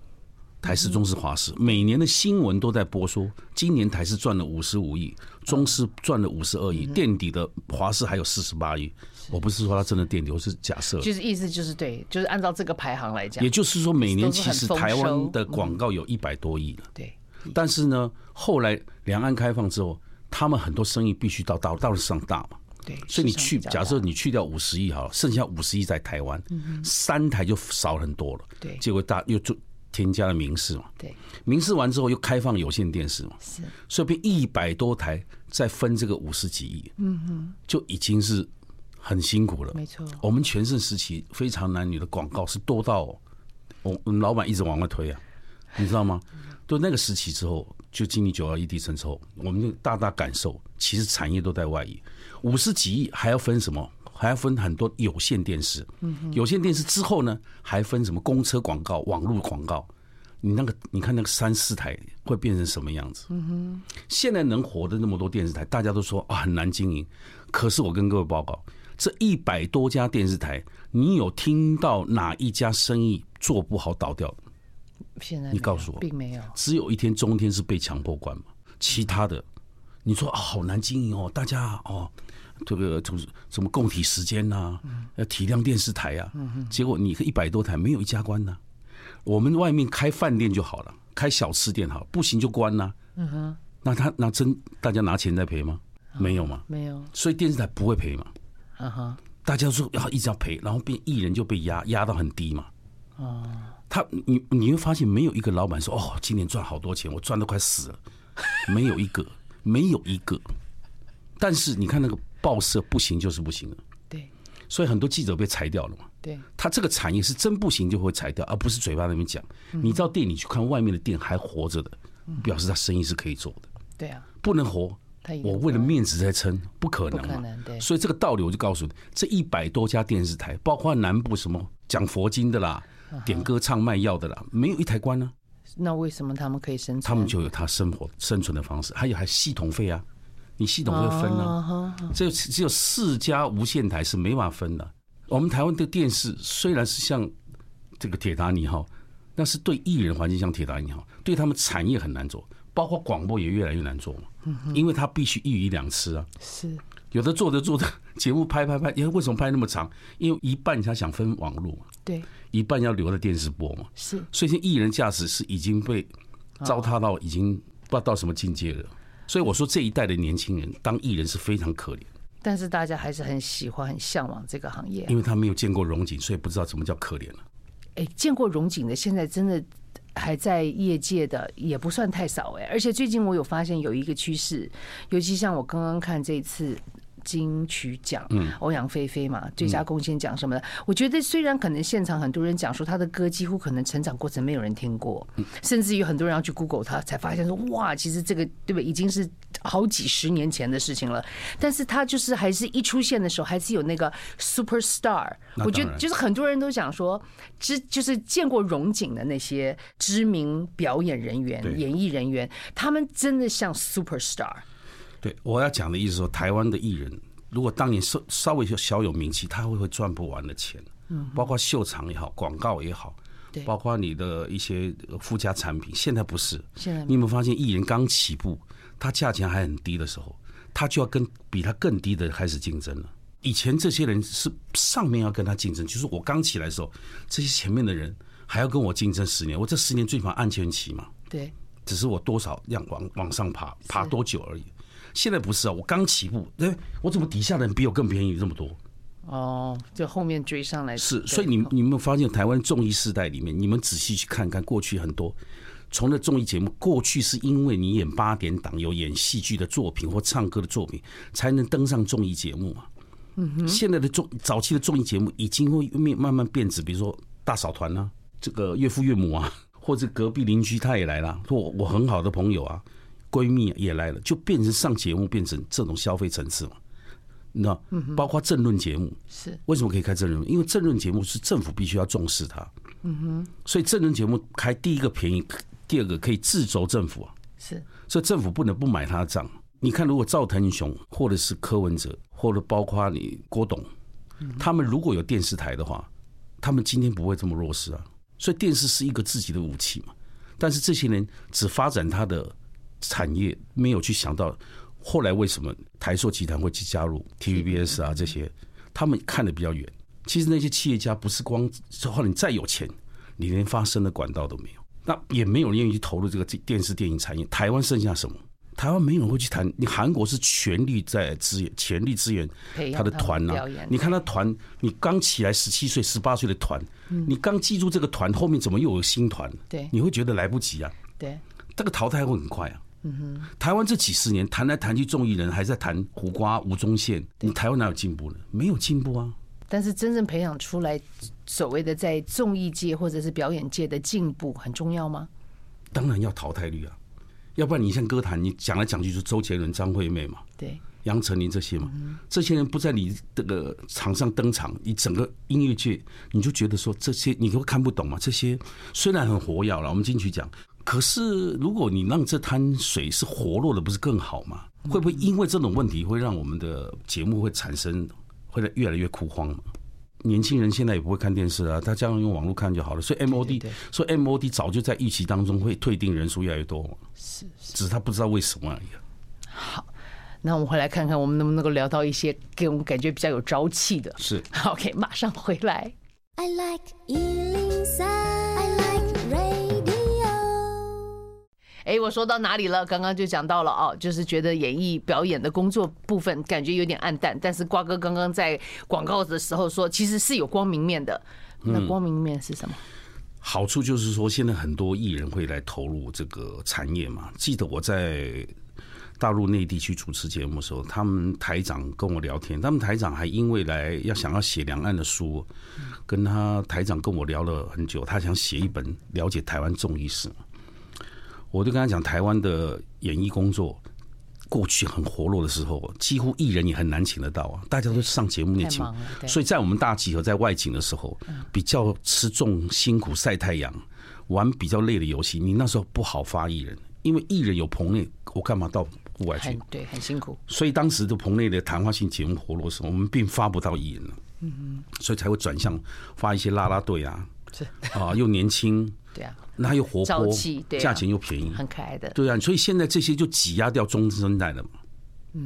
[SPEAKER 2] 台视、中视、华视，每年的新闻都在播说，今年台视赚了五十五亿，中视赚了五十二亿，垫底的华视还有四十八亿。我不是说它真的垫底，我是假设的。
[SPEAKER 1] 就是意思就是对，就是按照这个排行来讲
[SPEAKER 2] 也，就是说，每年其实
[SPEAKER 1] 都是很丰
[SPEAKER 2] 台
[SPEAKER 1] 收嗯
[SPEAKER 2] 湾的广告有一百多亿了，
[SPEAKER 1] 对，
[SPEAKER 2] 但是呢，后来两岸开放之后，他们很多生意必须到大大陆上大嘛，
[SPEAKER 1] 对。
[SPEAKER 2] 所以你
[SPEAKER 1] 市场
[SPEAKER 2] 去，
[SPEAKER 1] 比较
[SPEAKER 2] 假
[SPEAKER 1] 大嗯
[SPEAKER 2] 设你去掉五十亿好了，剩下五十亿在台湾，三台就少很多了。
[SPEAKER 1] 对
[SPEAKER 2] 结果大又就添加了民视嘛，
[SPEAKER 1] 对
[SPEAKER 2] 民视完之后又开放有线电视嘛，
[SPEAKER 1] 是
[SPEAKER 2] 所以变一百多台再分这个五十几亿，嗯哼，就已经是很辛苦了。
[SPEAKER 1] 没错
[SPEAKER 2] 我们全盛时期非常男女的广告是多到我我们老板一直往外推啊，你知道吗？就那个时期之后，就经历九二一地震之后，我们就大大感受，其实产业都在外移，五十几亿还要分什么？还要分很多有线电视，有线电视之后呢，还分什么公车广告、网络广告。你那个，你看那个三四台会变成什么样子？现在能活的那么多电视台，大家都说啊很难经营，可是我跟各位报告，这一百多家电视台，你有听到哪一家生意做不好倒掉的？
[SPEAKER 1] 现在
[SPEAKER 2] 你
[SPEAKER 1] 没
[SPEAKER 2] 告
[SPEAKER 1] 有
[SPEAKER 2] 诉我
[SPEAKER 1] 并没有
[SPEAKER 2] 只有一天中天是被强迫关嘛，其他的你说啊，好难经营哦，大家哦，这个从什么供体时间呐、
[SPEAKER 1] 嗯
[SPEAKER 2] 呃，体量电视台啊，结果你一百多台没有一家关呐、我们外面开饭店就好了，开小吃店好，不行就关呐、
[SPEAKER 1] 嗯哼，哦
[SPEAKER 2] 那他那真大家拿钱在赔吗？没有嘛，
[SPEAKER 1] 没有，
[SPEAKER 2] 所以电视台不会赔嘛，
[SPEAKER 1] 啊哈，
[SPEAKER 2] 大家说要一直要赔，然后变艺人就被压压到很低嘛。哦，他你你会发现没有一个老板说哦，今年赚好多钱，我赚的快
[SPEAKER 1] [LAUGHS]
[SPEAKER 2] 死了，没有一个，没有一个。但是你看那个报社不行就是不行了，
[SPEAKER 1] 对
[SPEAKER 2] 所以很多记者被裁掉了嘛。
[SPEAKER 1] 对，
[SPEAKER 2] 他这个产业是真不行就会裁掉，而不是嘴巴那边讲。
[SPEAKER 1] 嗯
[SPEAKER 2] 你到店里去看，外面的店还活着的，表示他生意是可以做的。
[SPEAKER 1] 对啊，
[SPEAKER 2] 不能活
[SPEAKER 1] 他赢，不
[SPEAKER 2] 我为了面子在撑，不可能
[SPEAKER 1] 不
[SPEAKER 2] 嘛。
[SPEAKER 1] 可能对
[SPEAKER 2] 所以这个道理我就告诉你，这一百多家电视台，包括南部什么讲佛经的啦、
[SPEAKER 1] 啊
[SPEAKER 2] 点歌唱卖药的啦，没有一台关啊呢、
[SPEAKER 1] 那为什么他们可以生存？
[SPEAKER 2] 他们就有他生活生存的方式，还有还系统费啊，你系统会分
[SPEAKER 1] 啊
[SPEAKER 2] 啊，
[SPEAKER 1] 哈
[SPEAKER 2] 这只有四家无线台是没办法分的。我们台湾的电视虽然是像这个铁达尼号，但是对艺人环境像铁达尼号，对他们产业很难做，包括广播也越来越难做嘛，因为他必须一鱼两吃啊。
[SPEAKER 1] 是
[SPEAKER 2] 有的做着做着节目拍拍拍，因为为什么拍那么长？因为一半他想分网络嘛，
[SPEAKER 1] 对
[SPEAKER 2] 一半要留在电视播嘛，
[SPEAKER 1] 是
[SPEAKER 2] 所以现在艺人价值是已经被糟蹋到已经不知道到什么境界了。所以我说这一代的年轻人当艺人是非常可怜，
[SPEAKER 1] 但是大家还是很喜欢、很向往这个行业啊、
[SPEAKER 2] 因为他没有见过荣景，所以不知道什么叫可怜了。
[SPEAKER 1] 哎，见过荣景的，现在真的还在业界的也不算太少哎。而且最近我有发现有一个趋势，尤其像我刚刚看这一次。金曲奖，
[SPEAKER 2] 嗯
[SPEAKER 1] 欧阳菲菲嘛，最佳贡献奖什么的，我觉得虽然可能现场很多人讲说她的歌几乎可能成长过程没有人听过，
[SPEAKER 2] 嗯
[SPEAKER 1] 甚至于很多人要去 Google 她，才发现说哇，其实这个对吧，已经是好几十年前的事情了。但是她就是还是一出现的时候，还是有那个 super star，
[SPEAKER 2] 那
[SPEAKER 1] 我觉
[SPEAKER 2] 当
[SPEAKER 1] 得
[SPEAKER 2] 然
[SPEAKER 1] 就是很多人都讲说，知就是见过荣景的那些知名表演人员
[SPEAKER 2] 对、
[SPEAKER 1] 演艺人员，他们真的像 super star，
[SPEAKER 2] 对，我要讲的意思说，台湾的艺人如果当年稍稍微小有名气，他会会赚不完的钱，包括秀场也好，广告也好
[SPEAKER 1] 嗯对，
[SPEAKER 2] 包括你的一些呃附加产品，现在不是。
[SPEAKER 1] 现在
[SPEAKER 2] 你有没有发现，艺人刚起步，他价钱还很低的时候，他就要跟比他更低的开始竞争了。以前这些人是上面要跟他竞争，就是我刚起来的时候，这些前面的人还要跟我竞争十年，我这十年最起码安全期嘛。
[SPEAKER 1] 对
[SPEAKER 2] 只是我多少让往往上爬，爬多久而已。现在不是啊，我刚起步，哎，我怎么底下的人比我更便宜这么多？
[SPEAKER 1] 哦，就后面追上来
[SPEAKER 2] 是，
[SPEAKER 1] 对
[SPEAKER 2] 所以你你有没有发现台湾综艺世代里面，你们仔细去看看过去很多，从那综艺节目，过去是因为你演八点档，有演戏剧的作品或唱歌的作品，才能登上综艺节目嘛。现在的综早期的综艺节目已经会面慢慢变质，比如说大嫂团啊，这个岳父岳母啊， [LAUGHS] 或者隔壁邻居他也来了，或我我很好的朋友啊，闺蜜也来了，就变成上节目变成这种消费层次嘛。那包括政论节目，
[SPEAKER 1] 是
[SPEAKER 2] 为什么可以开政论？因为政论节目是政府必须要重视它。嗯哼，所以政论节目开第一个便宜，第二个可以制肘政府啊，
[SPEAKER 1] 是
[SPEAKER 2] 所以政府不能不买他的账。你看，如果赵腾雄或者是柯文哲，或者包括你郭董，他们如果有电视台的话，他们今天不会这么弱势啊。所以电视是一个自己的武器嘛。但是这些人只发展他的产业，没有去想到后来为什么台塑集团会去加入 TVBS 啊这些，他们看得比较远。其实那些企业家不是光后来你再有钱，你连发声的管道都没有，那也没有人愿意去投入这个电视电影产业。台湾剩下什么？台湾没有人会去谈，你韩国是全力在支援，全力支援
[SPEAKER 1] 培养
[SPEAKER 2] 他的
[SPEAKER 1] 他们
[SPEAKER 2] 团呐、啊
[SPEAKER 1] 表演
[SPEAKER 2] 你看他团，你刚起来十七岁、十八岁的团，你刚记住这个团，后面怎么又有新团？
[SPEAKER 1] 对
[SPEAKER 2] 你会觉得来不及啊。
[SPEAKER 1] 对
[SPEAKER 2] 这个淘汰会很快啊。嗯哼，台湾这几十年谈来谈去，众艺人还在谈胡瓜、吴宗宪，你台湾哪有进步呢？没有进步啊。
[SPEAKER 1] 但是真正培养出来所谓的在综艺界或者是表演界的进步很重要吗？
[SPEAKER 2] 当然要淘汰率啊，要不然你像歌坛，你讲来讲去就是周杰伦、张惠妹嘛，
[SPEAKER 1] 对，
[SPEAKER 2] 杨丞琳这些嘛，
[SPEAKER 1] 嗯
[SPEAKER 2] 这些人不在你这个场上登场，你整个音乐界你就觉得说这些你都看不懂嘛。这些虽然很活跃了，我们进去讲，可是如果你让这滩水是活络的，不是更好吗？
[SPEAKER 1] 嗯
[SPEAKER 2] 会不会因为这种问题会让我们的节目会产生会越来越枯荒嘛？年轻人现在也不会看电视啊，他这样用网络看就好了。所以 MOD
[SPEAKER 1] 对对
[SPEAKER 2] 所以 MOD 早就在预期当中会退订人数越来越多嘛，是，只是他不知道为什么而已啊。
[SPEAKER 1] 好，那我们回来看看我们能不能够聊到一些给我们感觉比较有朝气的。
[SPEAKER 2] 是
[SPEAKER 1] OK，马上回来。
[SPEAKER 3] I like Ealing Sound. I like radio.
[SPEAKER 1] 哎，我说到哪里了？刚刚就讲到了哦，就是觉得演艺表演的工作部分感觉有点暗淡，但是瓜哥刚刚在广告的时候说，其实是有光明面的。
[SPEAKER 2] 嗯
[SPEAKER 1] 那光明面是什么？
[SPEAKER 2] 好处就是说，现在很多艺人会来投入这个产业嘛。记得我在大陆内地去主持节目的时候，他们台长跟我聊天，他们台长还因为来要想要写两岸的书，跟他台长跟我聊了很久，他想写一本了解台湾众议史。我就跟他讲，台湾的演艺工作过去很活络的时候，几乎艺人也很难请得到啊，大家都上节目内请
[SPEAKER 1] 太忙了，对嗯
[SPEAKER 2] 所以在我们大集合在外景的时候，比较吃重辛苦晒太阳，玩比较累的游戏，你那时候不好发艺人，因为艺人有棚内，我干嘛到户外
[SPEAKER 1] 很
[SPEAKER 2] 去？
[SPEAKER 1] 对，很辛苦。
[SPEAKER 2] 所以当时的棚内的谈话性节目活络的时候，我们并发不到艺人了，
[SPEAKER 1] 嗯
[SPEAKER 2] 所以才会转向发一些啦啦队啊，
[SPEAKER 1] 是
[SPEAKER 2] 啊又年轻，
[SPEAKER 1] 对啊，
[SPEAKER 2] 那又活
[SPEAKER 1] 早
[SPEAKER 2] 泼
[SPEAKER 1] 期对，啊
[SPEAKER 2] 价钱又便宜，
[SPEAKER 1] 很可爱的。
[SPEAKER 2] 对啊，所以现在这些就挤压掉中生代了嘛。嗯哼，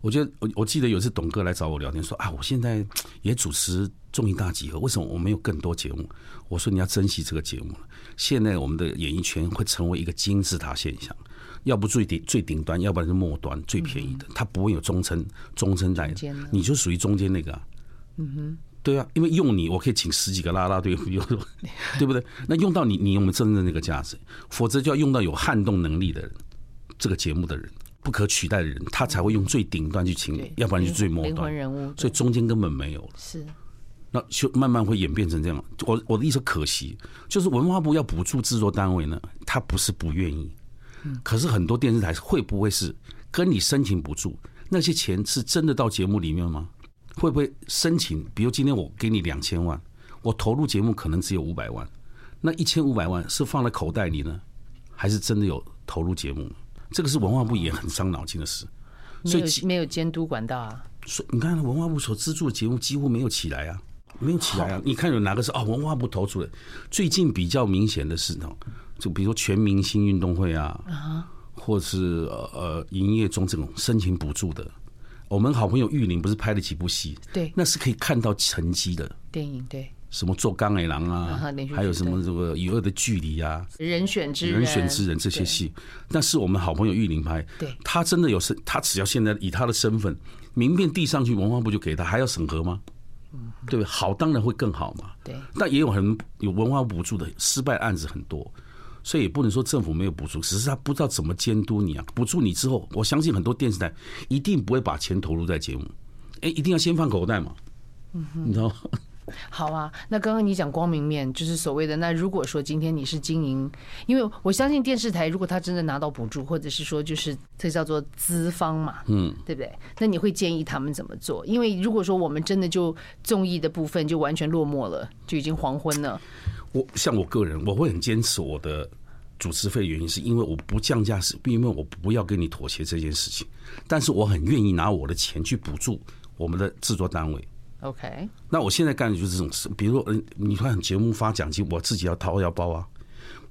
[SPEAKER 2] 我觉得我我记得有一次董哥来找我聊天说啊，我现在也主持综艺大集合，为什么我没有更多节目？我说你要珍惜这个节目了。现在我们的演艺圈会成为一个金字塔现象，要不最顶最顶端，要不然是末端最便宜的，它不会有中层中层
[SPEAKER 1] 嗯
[SPEAKER 2] 代
[SPEAKER 1] 中间的
[SPEAKER 2] 的，你就属于中间那个、啊。嗯哼。对啊，因为用你，我可以请十几个啦啦队， [LAUGHS] 有
[SPEAKER 1] [LAUGHS]
[SPEAKER 2] 对不对？那用到你，你有没有真正那个价值？否则就要用到有撼动能力的人，这个节目的人，不可取代的人，他才会用最顶端去请
[SPEAKER 1] 对
[SPEAKER 2] 你，要不然就最末
[SPEAKER 1] 灵魂
[SPEAKER 2] 端。
[SPEAKER 1] 人物，
[SPEAKER 2] 所以中间根本没有了，
[SPEAKER 1] 是
[SPEAKER 2] 那就慢慢会演变成这样。我我的意思，可惜就是文化部要补助制作单位呢，他不是不愿意，可是很多电视台会不会是跟你申请补助，那些钱是真的到节目里面吗？会不会申请？比如今天我给你两千万，我投入节目可能只有五百万，那一千五百万是放在口袋里呢，还是真的有投入节目呢？这个是文化部也很伤脑筋的事。
[SPEAKER 1] 没
[SPEAKER 2] 所以
[SPEAKER 1] 有
[SPEAKER 2] 其
[SPEAKER 1] 没有监督管道啊，
[SPEAKER 2] 所以你看文化部所资助的节目几乎没有起来啊，没有起来啊。你看有哪个是哦文化部投出的？最近比较明显的是哦，就比如说全明星运动会啊，或是呃呃营业中这种申请补助的。我们好朋友玉林不是拍了几部戏，
[SPEAKER 1] 对
[SPEAKER 2] 那是可以看到成绩的，
[SPEAKER 1] 电影对
[SPEAKER 2] 什么做钢铁狼
[SPEAKER 1] 啊哈
[SPEAKER 2] 啊
[SPEAKER 1] 连续，剧
[SPEAKER 2] 还有什么这个与恶的距离啊，
[SPEAKER 1] 人选之人，
[SPEAKER 2] 人选之人这些
[SPEAKER 1] 对，
[SPEAKER 2] 戏，那是我们好朋友玉林拍。
[SPEAKER 1] 对
[SPEAKER 2] 他真的有身，他只要现在以他的身份，名片递上去，文化部就给他，还要审核吗？对不对？好当然会更好
[SPEAKER 1] 嗯
[SPEAKER 2] 嘛。
[SPEAKER 1] 对
[SPEAKER 2] 但也有很有文化补助的失败案子很多，所以也不能说政府没有补助，只是他不知道怎么监督你啊。补助你之后，我相信很多电视台一定不会把钱投入在节目，哎，一定要先放口袋嘛。
[SPEAKER 1] 嗯
[SPEAKER 2] 你知道吗？
[SPEAKER 1] 好啊，那刚刚你讲光明面，就是所谓的那如果说今天你是经营，因为我相信电视台如果他真的拿到补助，或者是说就是这叫做资方嘛，嗯，对不对？那你会建议他们怎么做？因为如果说我们真的就综艺的部分就完全落寞了，就已经黄昏了，
[SPEAKER 2] 我像我个人，我会很坚持我的主持费，原因是因为我不降价，是因为我不要跟你妥协这件事情。但是我很愿意拿我的钱去补助我们的制作单位。
[SPEAKER 1] OK，
[SPEAKER 2] 那我现在干的就是这种事，比如说，嗯，你看节目发奖金，我自己要掏腰包啊。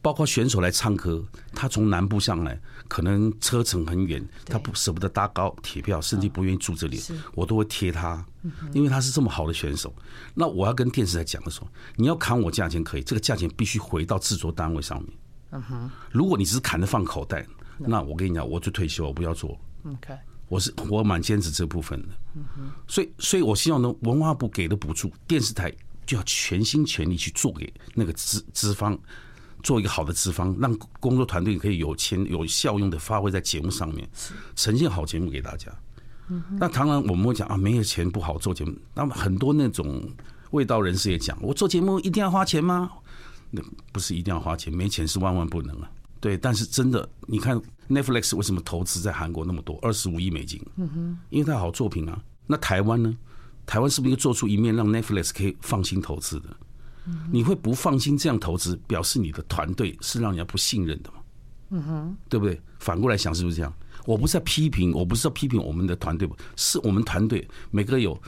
[SPEAKER 2] 包括选手来唱歌，他从南部上来，可能车程很远，他不舍不得搭高铁票，甚至不愿意住这里，我都会贴他，因为他是这么好的选手。那我要跟电视台讲的说，你要砍我价钱可以，这个价钱必须回到制作单位上面。如果你只是砍着放口袋，那我跟你讲，我就退休，我不要做了。
[SPEAKER 1] OK，
[SPEAKER 2] 我是我蛮坚持这部分的，所以所以我希望呢，文化部给的补助，电视台就要全心全力去做给那个资资方，做一个好的资方，让工作团队可以有钱有效用的发挥在节目上面，呈现好节目给大家。那当然我们会讲啊，没有钱不好做节目。那么很多那种味道人士也讲，我做节目一定要花钱吗？那不是一定要花钱，没钱是万万不能啊。对，但是真的，你看 Netflix 为什么投资在韩国那么多，二十五亿美金？嗯哼，因为它好作品啊。那台湾呢？台湾是不是又做出一面让 Netflix 可以放心投资的？你会不放心这样投资，表示你的团队是让人家不信任的嘛？嗯哼，对不对？反过来想是不是这样？我不是在批评，我不是在批评我们的团队，是我们团队每个有，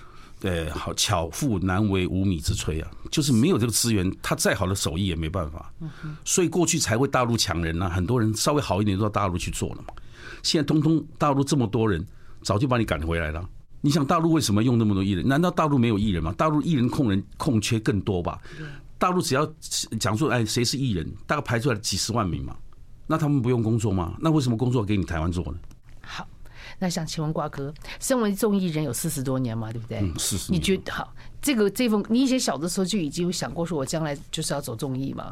[SPEAKER 2] 呃，好巧妇难为无米之炊啊，就是没有这个资源，他再好的手艺也没办法。所以过去才会大陆抢人呐、很多人稍微好一点都到大陆去做了嘛。现在通通大陆这么多人，早就把你赶回来了。你想大陆为什么用那么多艺人？难道大陆没有艺人吗？大陆艺人空人空缺更多吧？大陆只要讲说，哎，谁是艺人，大概排出来几十万名嘛，那他们不用工作吗？那为什么工作给你台湾做呢？
[SPEAKER 1] 好，那想请问瓜哥，身为综艺人有四十多年嘛，对不对？
[SPEAKER 2] 嗯，是是。
[SPEAKER 1] 你觉得好？这个这份，你以前小的时候就已经有想过，说我将来就是要走综艺嘛？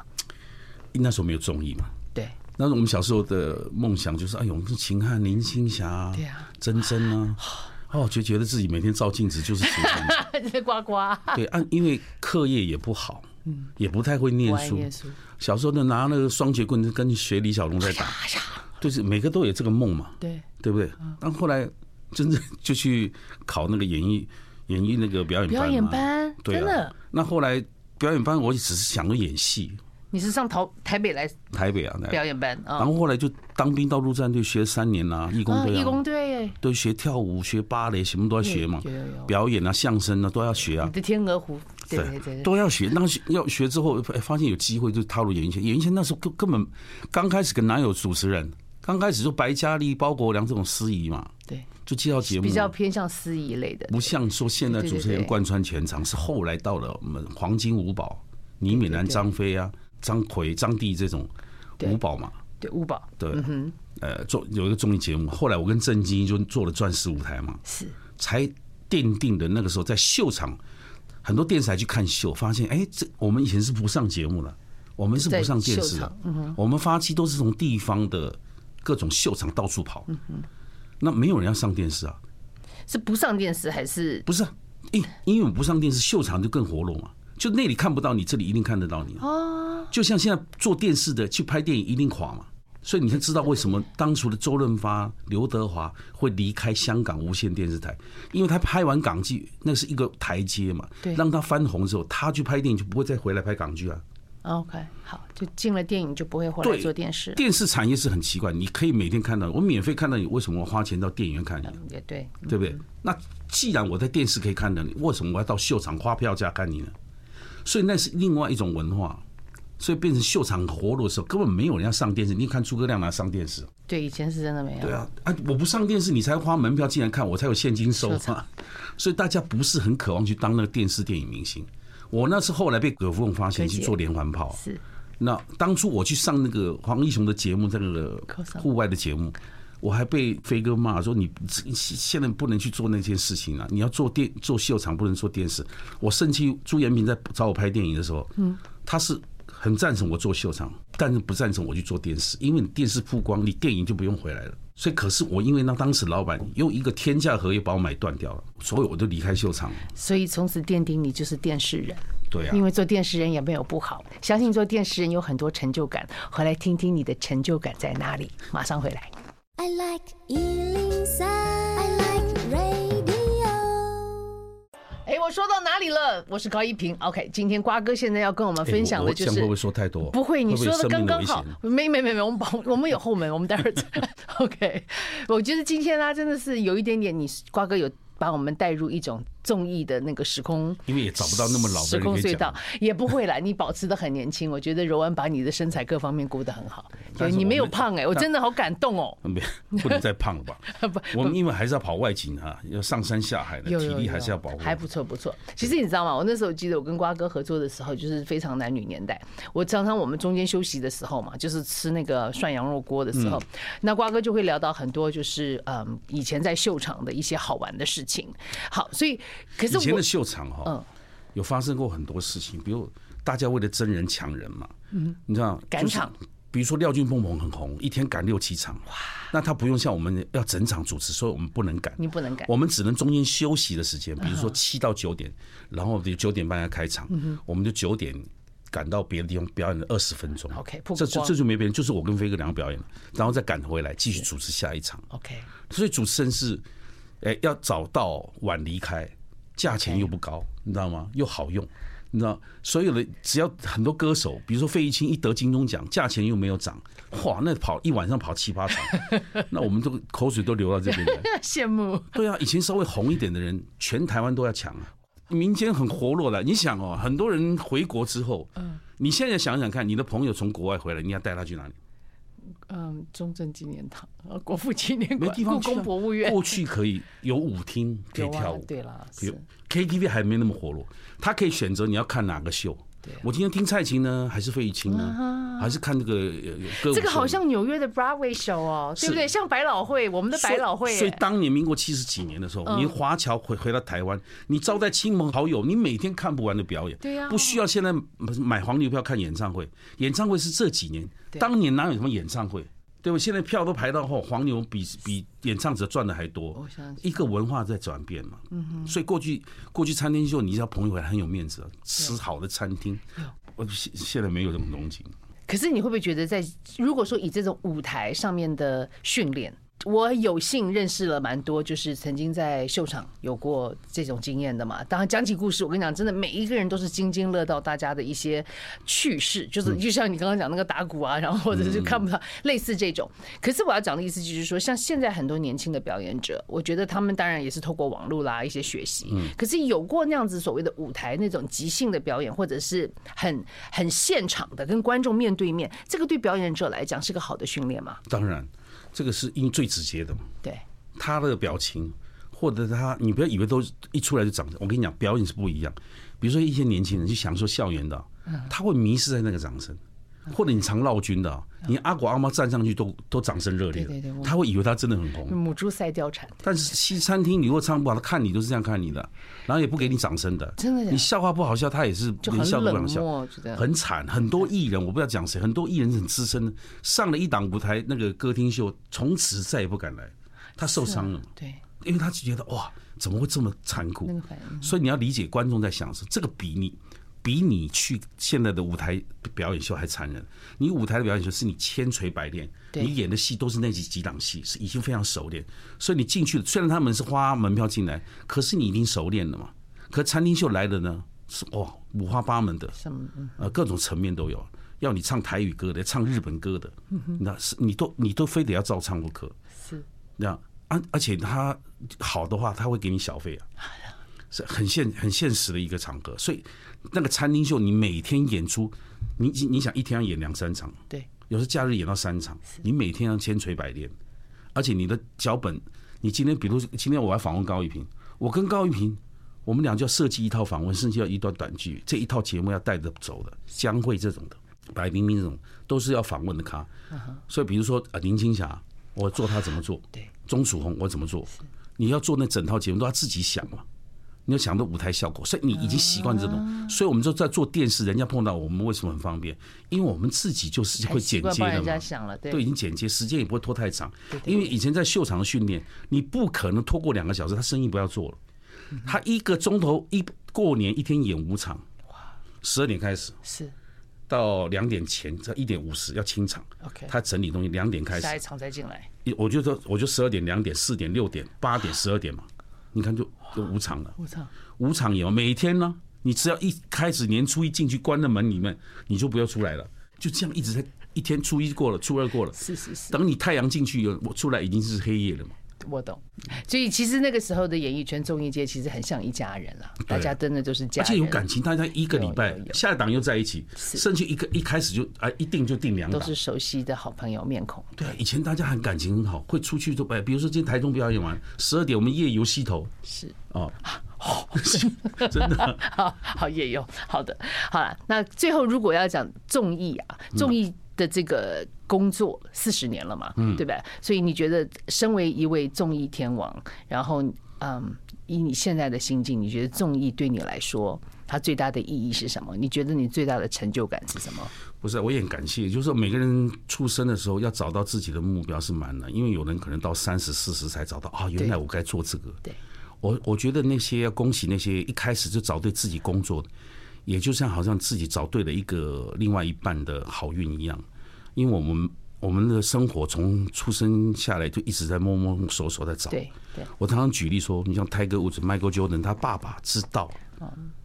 [SPEAKER 2] 那时候没有综艺嘛？
[SPEAKER 1] 对， [LAUGHS]
[SPEAKER 2] 那我们小时候的梦想就是，哎呦，秦汉、林青霞、啊
[SPEAKER 1] 对啊、
[SPEAKER 2] 珍
[SPEAKER 1] [SIGHS]
[SPEAKER 2] 珍啊，哦，就觉得自己每天照镜子就是秦汉。
[SPEAKER 1] 呱呱，
[SPEAKER 2] [LAUGHS] 对，按因为课业也不好，也不太会念
[SPEAKER 1] 嗯不爱
[SPEAKER 2] 书。
[SPEAKER 1] 念书
[SPEAKER 2] 小时候呢，拿那个双节棍跟学李小龙在打，就是每个都有这个梦嘛，
[SPEAKER 1] 对，
[SPEAKER 2] 对不对？
[SPEAKER 1] 嗯
[SPEAKER 2] 但后来真正就去考那个演艺演艺那个表演班嘛
[SPEAKER 1] 表演班
[SPEAKER 2] 对
[SPEAKER 1] 真
[SPEAKER 2] 啊
[SPEAKER 1] 的。
[SPEAKER 2] 那后来表演班，我只是想着演戏，
[SPEAKER 1] 你是上台台北来
[SPEAKER 2] 台北啊，那
[SPEAKER 1] 表演班啊
[SPEAKER 2] 然？后后来就当兵到陆战队学了三年啦、义工
[SPEAKER 1] 啊，
[SPEAKER 2] 队
[SPEAKER 1] 义
[SPEAKER 2] 啊，
[SPEAKER 1] 工队耶，
[SPEAKER 2] 都学跳舞、学芭蕾，什么都要学嘛
[SPEAKER 1] 有有有，
[SPEAKER 2] 表演啊、相声啊都要学啊
[SPEAKER 1] 你。的天鹅湖，对对对，
[SPEAKER 2] 都要学。那学要学之后，哎发现有机会就踏入演艺圈。演艺圈那时候根根本刚开始，跟哪有主持人？刚开始就白嘉丽、包国良这种司仪嘛，
[SPEAKER 1] 对，
[SPEAKER 2] 就介绍节目
[SPEAKER 1] 比，较偏向司仪类的，
[SPEAKER 2] 不像说现在
[SPEAKER 1] 对
[SPEAKER 2] 主
[SPEAKER 1] 对
[SPEAKER 2] 持
[SPEAKER 1] 对
[SPEAKER 2] 人
[SPEAKER 1] 对
[SPEAKER 2] 贯穿全场，是后来到了我们黄金五宝、倪美兰、张飞啊、张奎、张帝这种
[SPEAKER 1] 对
[SPEAKER 2] 五宝嘛。
[SPEAKER 1] 对，五宝
[SPEAKER 2] 对，呃，做有一个综艺节目，后来我跟郑晶就做了钻石舞台嘛，
[SPEAKER 1] 是
[SPEAKER 2] 才奠定的那个时候在秀场，很多电视台去看秀，发现哎、这我们以前是不上节目的，我们是不上电视
[SPEAKER 1] 在秀场嗯
[SPEAKER 2] 的，我们发迹都是从地方的各种秀场到处
[SPEAKER 1] 嗯
[SPEAKER 2] 跑，那没有人要上电视啊，
[SPEAKER 1] 是不上电视还是？
[SPEAKER 2] 不是、啊，因因为我们不上电视，秀场就更活络嘛，就那里看不到你，这里一定看得到你哦，就像现在做电视的去拍电影一定垮嘛。所以你才知道为什么当初的周润发、刘德华会离开香港无线电视台，因为他拍完港剧，那是一个台阶嘛
[SPEAKER 1] 对，
[SPEAKER 2] 让他翻红之后，他去拍电影就不会再回来拍港剧啊。
[SPEAKER 1] 啊 OK，好，就进了电影就不会回来
[SPEAKER 2] 对，
[SPEAKER 1] 做电视，
[SPEAKER 2] 电视产业是很奇怪，你可以每天看到，我免费看到你，为什么我花钱到电影院看你？
[SPEAKER 1] 也对，
[SPEAKER 2] 对不对？那既然我在电视可以看到你，为什么我要到秀场花票价看你呢？所以那是另外一种文化，所以变成秀场活络的时候，根本没有人要上电视。你看诸葛亮哪上电视？
[SPEAKER 1] 对，以前是真的没有
[SPEAKER 2] 对。啊，啊，我不上电视，你才花门票进来看，我才有现金收
[SPEAKER 1] 收
[SPEAKER 2] 嘛。 [LAUGHS] 所以大家不是很渴望去当那个电视电影明星。我那是后来被葛福凤发现
[SPEAKER 1] 可以
[SPEAKER 2] 去做连环炮。啊
[SPEAKER 1] 是
[SPEAKER 2] 那当初我去上那个黄义雄的节目，这个
[SPEAKER 1] 扣上
[SPEAKER 2] 户外的节目，我还被飞哥骂说你你现在不能去做那件事情啊，你要做电做秀场，不能做电视。我甚至朱延平在找我拍电影的时候，嗯，他是很赞成我做秀场，但是不赞成我去做电视，因为你电视曝光，你电影就不用回来了。所以，可是我因为那当时老板用一个天价合约把我买断掉了，所以我就离开秀场了。
[SPEAKER 1] 所以从此奠定你就是电视人。
[SPEAKER 2] 对啊
[SPEAKER 1] 因，为做电视人也没有不好，相信做电视人有很多成就感。回来听听你的成就感在哪里，马上回来。
[SPEAKER 3] I like Ealing Sound. I like radio.
[SPEAKER 1] 哎，我说到哪里了？我是高一平。OK，今天瓜哥现在要跟我们
[SPEAKER 2] 哎
[SPEAKER 1] 分享
[SPEAKER 2] 我
[SPEAKER 1] 的
[SPEAKER 2] 我
[SPEAKER 1] 就
[SPEAKER 2] 这样
[SPEAKER 1] 是
[SPEAKER 2] 会不会说太多？
[SPEAKER 1] 不会，你
[SPEAKER 2] 会不会
[SPEAKER 1] 说的
[SPEAKER 2] 生
[SPEAKER 1] 刚
[SPEAKER 2] 命
[SPEAKER 1] 刚
[SPEAKER 2] 危
[SPEAKER 1] 好
[SPEAKER 2] 险。
[SPEAKER 1] 没没没没，我们保我们有后门，我们待会儿再 [LAUGHS] OK。我觉得今天呢、真的是有一点点你，瓜哥有把我们带入一种综艺的那个时空。
[SPEAKER 2] 因为也找不到那么老的
[SPEAKER 1] 时
[SPEAKER 2] 人
[SPEAKER 1] 空
[SPEAKER 2] 可以
[SPEAKER 1] 隧
[SPEAKER 2] 讲
[SPEAKER 1] 道。也不会啦，你保持的很年轻。我觉得柔安把你的身材各方面顾得很好，对
[SPEAKER 2] 但是
[SPEAKER 1] 你
[SPEAKER 2] 我
[SPEAKER 1] 没有
[SPEAKER 2] 们
[SPEAKER 1] 胖哎、我
[SPEAKER 2] 但
[SPEAKER 1] 真的好感动哦、
[SPEAKER 2] 没不能再胖
[SPEAKER 1] [LAUGHS]
[SPEAKER 2] 了吧？我们因为还是要跑外景啊，要上山下海的，
[SPEAKER 1] 有
[SPEAKER 2] 体
[SPEAKER 1] 有
[SPEAKER 2] 力
[SPEAKER 1] 有
[SPEAKER 2] 还是要保护。
[SPEAKER 1] 还不错不错。其实你知道吗？我那时候记得我跟瓜哥合作的时候，就是非常男女年代。我常常我们中间休息的时候嘛，就是吃那个涮羊肉锅的时
[SPEAKER 2] 嗯
[SPEAKER 1] 候，那瓜哥就会聊到很多就是嗯以前在秀场的一些好玩的事情。好，所以可是
[SPEAKER 2] 以前
[SPEAKER 1] 我
[SPEAKER 2] 的秀场哈、
[SPEAKER 1] 嗯
[SPEAKER 2] 有发生过很多事情，比如大家为了真人抢人嘛，嗯，你知道
[SPEAKER 1] 赶场。
[SPEAKER 2] 就是比如说廖俊鹏鹏很红，一天赶六七场，哇！那他不用像我们要整场主持，所以我们不能赶，
[SPEAKER 1] 你不能赶
[SPEAKER 2] 我们只能中间休息的时间，
[SPEAKER 1] 嗯
[SPEAKER 2] 比如说七到九点，然后比如九点半要开场，我们就九点赶到别的地方表演了二十分钟
[SPEAKER 1] OK，曝
[SPEAKER 2] 这就
[SPEAKER 1] 光
[SPEAKER 2] 这就没别人，就是我跟飞哥两个表演了，然后再赶回来继续主持下一场。
[SPEAKER 1] OK [LAUGHS]
[SPEAKER 2] 所以主持人是，哎、要早到晚离开，价钱又不高，你知道吗？又好用，你知道，所有的只要很多歌手，比如说费玉清一得金钟奖，价钱又没有涨，哇，那跑一晚上跑七
[SPEAKER 1] [LAUGHS]
[SPEAKER 2] 八场，那我们都口水都流到这边来。
[SPEAKER 1] 羡慕。
[SPEAKER 2] 对啊，以前稍微红一点的人，全台湾都要抢啊。民间很活络的，你想哦，很多人回国之后，嗯，你现在想想看，你的朋友从国外回来，你要带他去哪里？
[SPEAKER 1] 嗯中正纪念堂、呃国父纪念
[SPEAKER 2] 没
[SPEAKER 1] 馆、
[SPEAKER 2] 地
[SPEAKER 1] 故
[SPEAKER 2] 方去、啊。
[SPEAKER 1] 宫博物院
[SPEAKER 2] 过去可以有舞厅可以
[SPEAKER 1] 有啊
[SPEAKER 2] 跳舞，
[SPEAKER 1] 对啦，
[SPEAKER 2] 比如
[SPEAKER 1] 是
[SPEAKER 2] KTV 还没那么活络，他可以选择你要看哪个秀
[SPEAKER 1] 对啊。啊
[SPEAKER 2] 我今天听蔡琴呢，还是费玉清呢，还是看这个呃歌舞秀呢？
[SPEAKER 1] 这个好像纽约的 Broadway show 哦，对不
[SPEAKER 2] 是
[SPEAKER 1] 对？像百老汇，我们的百老汇耶，嗯
[SPEAKER 2] 所以所以当年民国七十几年的时候，你华侨回回到台湾，你招待亲朋好友，你每天看不完的表演，
[SPEAKER 1] 对呀
[SPEAKER 2] 不需要现在买黄牛票看演唱会。演唱会是这几年，
[SPEAKER 1] 对
[SPEAKER 2] 当年哪有什么演唱会？对吧？现在票都排到后，黄牛比比演唱者赚的还多
[SPEAKER 1] 我相。信
[SPEAKER 2] 一个文化在转变嘛，
[SPEAKER 1] 嗯
[SPEAKER 2] 所以过去过去餐厅秀，你叫朋友还很有面子啊，吃好的餐厅，我现现在没有这种东西。
[SPEAKER 1] 可是你会不会觉得在，如果说以这种舞台上面的训练，我有幸认识了蛮多，就是曾经在秀场有过这种经验的嘛。当然讲起故事，我跟你讲，真的每一个人都是津津乐道大家的一些趣事，就是就像你刚刚讲那个打鼓啊，然后或者是看不到类似这种。可是我要讲的意思就是说，像现在很多年轻的表演者，我觉得他们当然也是透过网络啦一些学习，
[SPEAKER 2] 嗯
[SPEAKER 1] 可是有过那样子所谓的舞台那种即兴的表演，或者是很很现场的跟观众面对面，这个对表演者来讲是个好的训练嘛？
[SPEAKER 2] 当然，这个是因为最直接的嘛。
[SPEAKER 1] 对，
[SPEAKER 2] 他的表情，或者他，你不要以为都一出来就长这样。我跟你讲，表演是不一样。比如说一些年轻人去享受校园的啊，
[SPEAKER 1] 嗯
[SPEAKER 2] 他会迷失在那个掌声，或者你常绕军的啊，你阿狗阿猫站上去都都掌声热烈
[SPEAKER 1] 嗯对对对我嗯
[SPEAKER 2] 的，他会以为他真的很红。
[SPEAKER 1] 母猪赛貂蝉，
[SPEAKER 2] 但是西餐厅你如果唱不好，他看你都是这样看你的，然后也不给你掌声的。
[SPEAKER 1] 真的假的
[SPEAKER 2] 你笑话不好笑，他也是
[SPEAKER 1] 就
[SPEAKER 2] 连
[SPEAKER 1] 很
[SPEAKER 2] 笑都不
[SPEAKER 1] 冷
[SPEAKER 2] 想笑。
[SPEAKER 1] 漠，觉得
[SPEAKER 2] 很惨，很多艺人我不要讲谁，很多艺人很资深的，上了一档舞台那个歌厅秀，从此再也不敢来，他受伤了。
[SPEAKER 1] 对
[SPEAKER 2] 因为他就觉得哇，怎么会这么残酷
[SPEAKER 1] 那？个反应。
[SPEAKER 2] 所以你要理解观众在想什么，这个比你比你去现在的舞台表演秀还残忍。你舞台的表演秀是你千锤百炼，
[SPEAKER 1] 对
[SPEAKER 2] 你演的戏都是那几几档戏，是已经非常熟练。所以你进去了，虽然他们是花门票进来，可是你已经熟练了嘛。可餐厅秀来的呢，是哇五花八门的，
[SPEAKER 1] 什么？嗯
[SPEAKER 2] 呃，各种层面都有，要你唱台语歌的，唱日本歌的，
[SPEAKER 1] 嗯
[SPEAKER 2] 那是你都你都非得要照唱不可。
[SPEAKER 1] 是
[SPEAKER 2] 那而而且他好的话，他会给你小费啊，是很现很现实的一个场合。所以那个餐厅秀，你每天演出，你你你想一天要演两三场，
[SPEAKER 1] 对，
[SPEAKER 2] 有时候假日演到三场，你每天要千锤百炼，而且你的脚本，你今天比如今天我要访问高一平，我跟高一平，我们俩就要设计一套访问，甚至要一段短剧，这一套节目要带着走的，江蕙这种的，白冰冰这种都是要访问的咖，
[SPEAKER 1] 嗯
[SPEAKER 2] 所以比如说呃林青霞，我做她怎么做，
[SPEAKER 1] 对，
[SPEAKER 2] 钟楚红我怎么做，你要做那整套节目都要自己想嘛。你要想到舞台效果，所以你已经习惯这
[SPEAKER 1] 嗯
[SPEAKER 2] 种，所以我们就在做电视，人家碰到我们为什么很方便？因为我们自己就是会
[SPEAKER 1] 很习
[SPEAKER 2] 剪
[SPEAKER 1] 惯
[SPEAKER 2] 接
[SPEAKER 1] 帮
[SPEAKER 2] 的
[SPEAKER 1] 人家
[SPEAKER 2] 嘛，
[SPEAKER 1] 想了，
[SPEAKER 2] 都已
[SPEAKER 1] 对，
[SPEAKER 2] 经剪接，时间也不会拖太长。
[SPEAKER 1] 对
[SPEAKER 2] 因为以前在秀场的训练，你不可能拖过两个小时，他生意不要做了。
[SPEAKER 1] 嗯
[SPEAKER 2] 他一个钟头一过年一天演五场，十二点开始
[SPEAKER 1] 是
[SPEAKER 2] 到两点前，这一点五十要清场。
[SPEAKER 1] OK。
[SPEAKER 2] 他整理东西，两点开始
[SPEAKER 1] 下一，场再进来，
[SPEAKER 2] 我就说我就十二点、两点、四点、六点、八点、十二点嘛，你看就就五场了。
[SPEAKER 1] 我操，
[SPEAKER 2] 五场演完，每天呢，你只要一开始年初一进去关了门里面，你就不要出来了，就这样一直在一天初一过了，初二过了，
[SPEAKER 1] 是是是。
[SPEAKER 2] 等你太阳进去，我出来已经是黑夜了嘛。
[SPEAKER 1] 我懂，所以其实那个时候的演艺圈、综艺界其实很像一家人了，大家真的都是家
[SPEAKER 2] 而
[SPEAKER 1] 人，
[SPEAKER 2] 且有感情，大家一个礼拜
[SPEAKER 1] 有有有
[SPEAKER 2] 下一档又在一起，甚至一个一开始就啊一定就定两
[SPEAKER 1] 都
[SPEAKER 2] 档。
[SPEAKER 1] 是熟悉的好朋友面孔。 [LAUGHS]
[SPEAKER 2] 对啊，以前大家很感情很好，会出去都哎，比如说今天台中表演完十二点，我们夜游溪头
[SPEAKER 1] 是
[SPEAKER 2] 哦，真的啊
[SPEAKER 1] 好好也有好的，好了。那最后如果要讲综艺啊，
[SPEAKER 2] 嗯
[SPEAKER 1] 综艺的这个工作四十年了嘛，
[SPEAKER 2] 嗯
[SPEAKER 1] 对吧？所以你觉得身为一位综艺天王，然后嗯，以你现在的心境，你觉得综艺对你来说它最大的意义是什么？你觉得你最大的成就感是什么？
[SPEAKER 2] 不是，我也很感谢，就是说每个人出生的时候要找到自己的目标是蛮难，因为有人可能到三十四十才找到啊，原来我该做这个。
[SPEAKER 1] 对，
[SPEAKER 2] 我我觉得那些要恭喜那些一开始就找对自己工作的，也就像好像自己找对了一个另外一半的好运一样，因为我们我们的生活从出生下来就一直在摸摸索索在找。
[SPEAKER 1] 对对，
[SPEAKER 2] 我常常举例说，你像 Tiger Woods、Michael Jordan，他爸爸知道，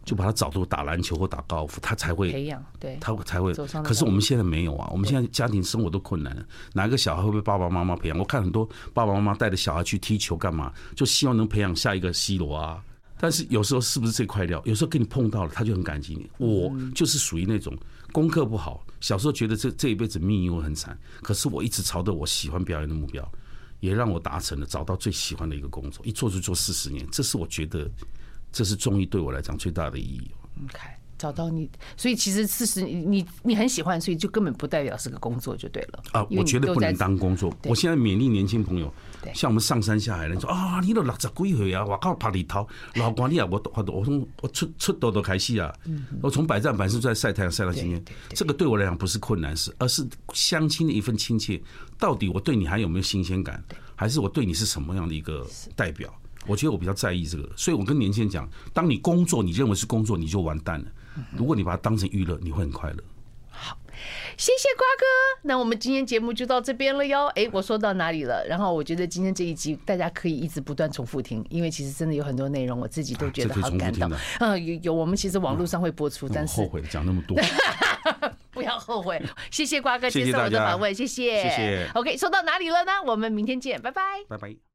[SPEAKER 2] 就把他找到打篮球或打高尔夫，他才会
[SPEAKER 1] 哦培养对。
[SPEAKER 2] 他会才会
[SPEAKER 1] 走上。那
[SPEAKER 2] 可是
[SPEAKER 1] 条
[SPEAKER 2] 我们现在没有啊，我们现在家庭生活都困难了，哪个小孩会被爸爸妈妈培养？我看很多爸爸妈妈带着小孩去踢球干嘛，就希望能培养下一个 C 罗
[SPEAKER 1] 嗯
[SPEAKER 2] 啊。但是有时候是不是这块料？有时候跟你碰到了，他就很感激你。我就是属于那种功课不好，小时候觉得这这一辈子命运我很惨，可是我一直朝着我喜欢表演的目标，也让我达成了找到最喜欢的一个工作，一做就做四十年，这是我觉得这是综艺对我来讲最大的意义。哦
[SPEAKER 1] 看找到你，所以其实四十你你很喜欢，所以就根本不代表是个工作就对了
[SPEAKER 2] 啊，
[SPEAKER 1] 因为
[SPEAKER 2] 我
[SPEAKER 1] 你
[SPEAKER 2] 觉得
[SPEAKER 1] 都
[SPEAKER 2] 不
[SPEAKER 1] 在
[SPEAKER 2] 能当工作。
[SPEAKER 1] 对
[SPEAKER 2] 我现在勉励年轻朋友
[SPEAKER 1] 对，
[SPEAKER 2] 像我们上山下海的人说啊，你都六十几岁啊，我靠，拍里头老光你啊，我我我从我出出头都开始啊，我从百战百胜在晒太阳晒到今天
[SPEAKER 1] 嗯对对，对
[SPEAKER 2] 这个对我来讲不是困难事，而是相亲的一份亲切。到底我对你还有没有新鲜感，还是我对你是什么样的一个代表？我觉得我比较在意这个，所以我跟年轻人讲，当你工作你认为是工作，你就完蛋了。
[SPEAKER 1] 嗯
[SPEAKER 2] 如果你把它当成娱乐，你会很快乐。
[SPEAKER 1] 谢谢瓜哥，那我们今天节目就到这边了哟。哎，我说到哪里了？然后我觉得今天这一集大家可以一直不断重复听，因为其实真的有很多内容我自己都觉得
[SPEAKER 2] 啊这可以
[SPEAKER 1] 好
[SPEAKER 2] 重复
[SPEAKER 1] 感
[SPEAKER 2] 听
[SPEAKER 1] 动
[SPEAKER 2] 的。
[SPEAKER 1] 嗯，有有，我们其实网络上会播出，但
[SPEAKER 2] 我
[SPEAKER 1] 是
[SPEAKER 2] 后悔讲那么
[SPEAKER 1] [LAUGHS]
[SPEAKER 2] 多。
[SPEAKER 1] 不要后悔。谢谢瓜哥
[SPEAKER 2] 谢谢
[SPEAKER 1] 接受我的
[SPEAKER 2] 大家
[SPEAKER 1] 访问，谢谢。
[SPEAKER 2] 谢谢
[SPEAKER 1] OK，说到哪里了呢？我们明天见，拜拜。
[SPEAKER 2] 拜拜。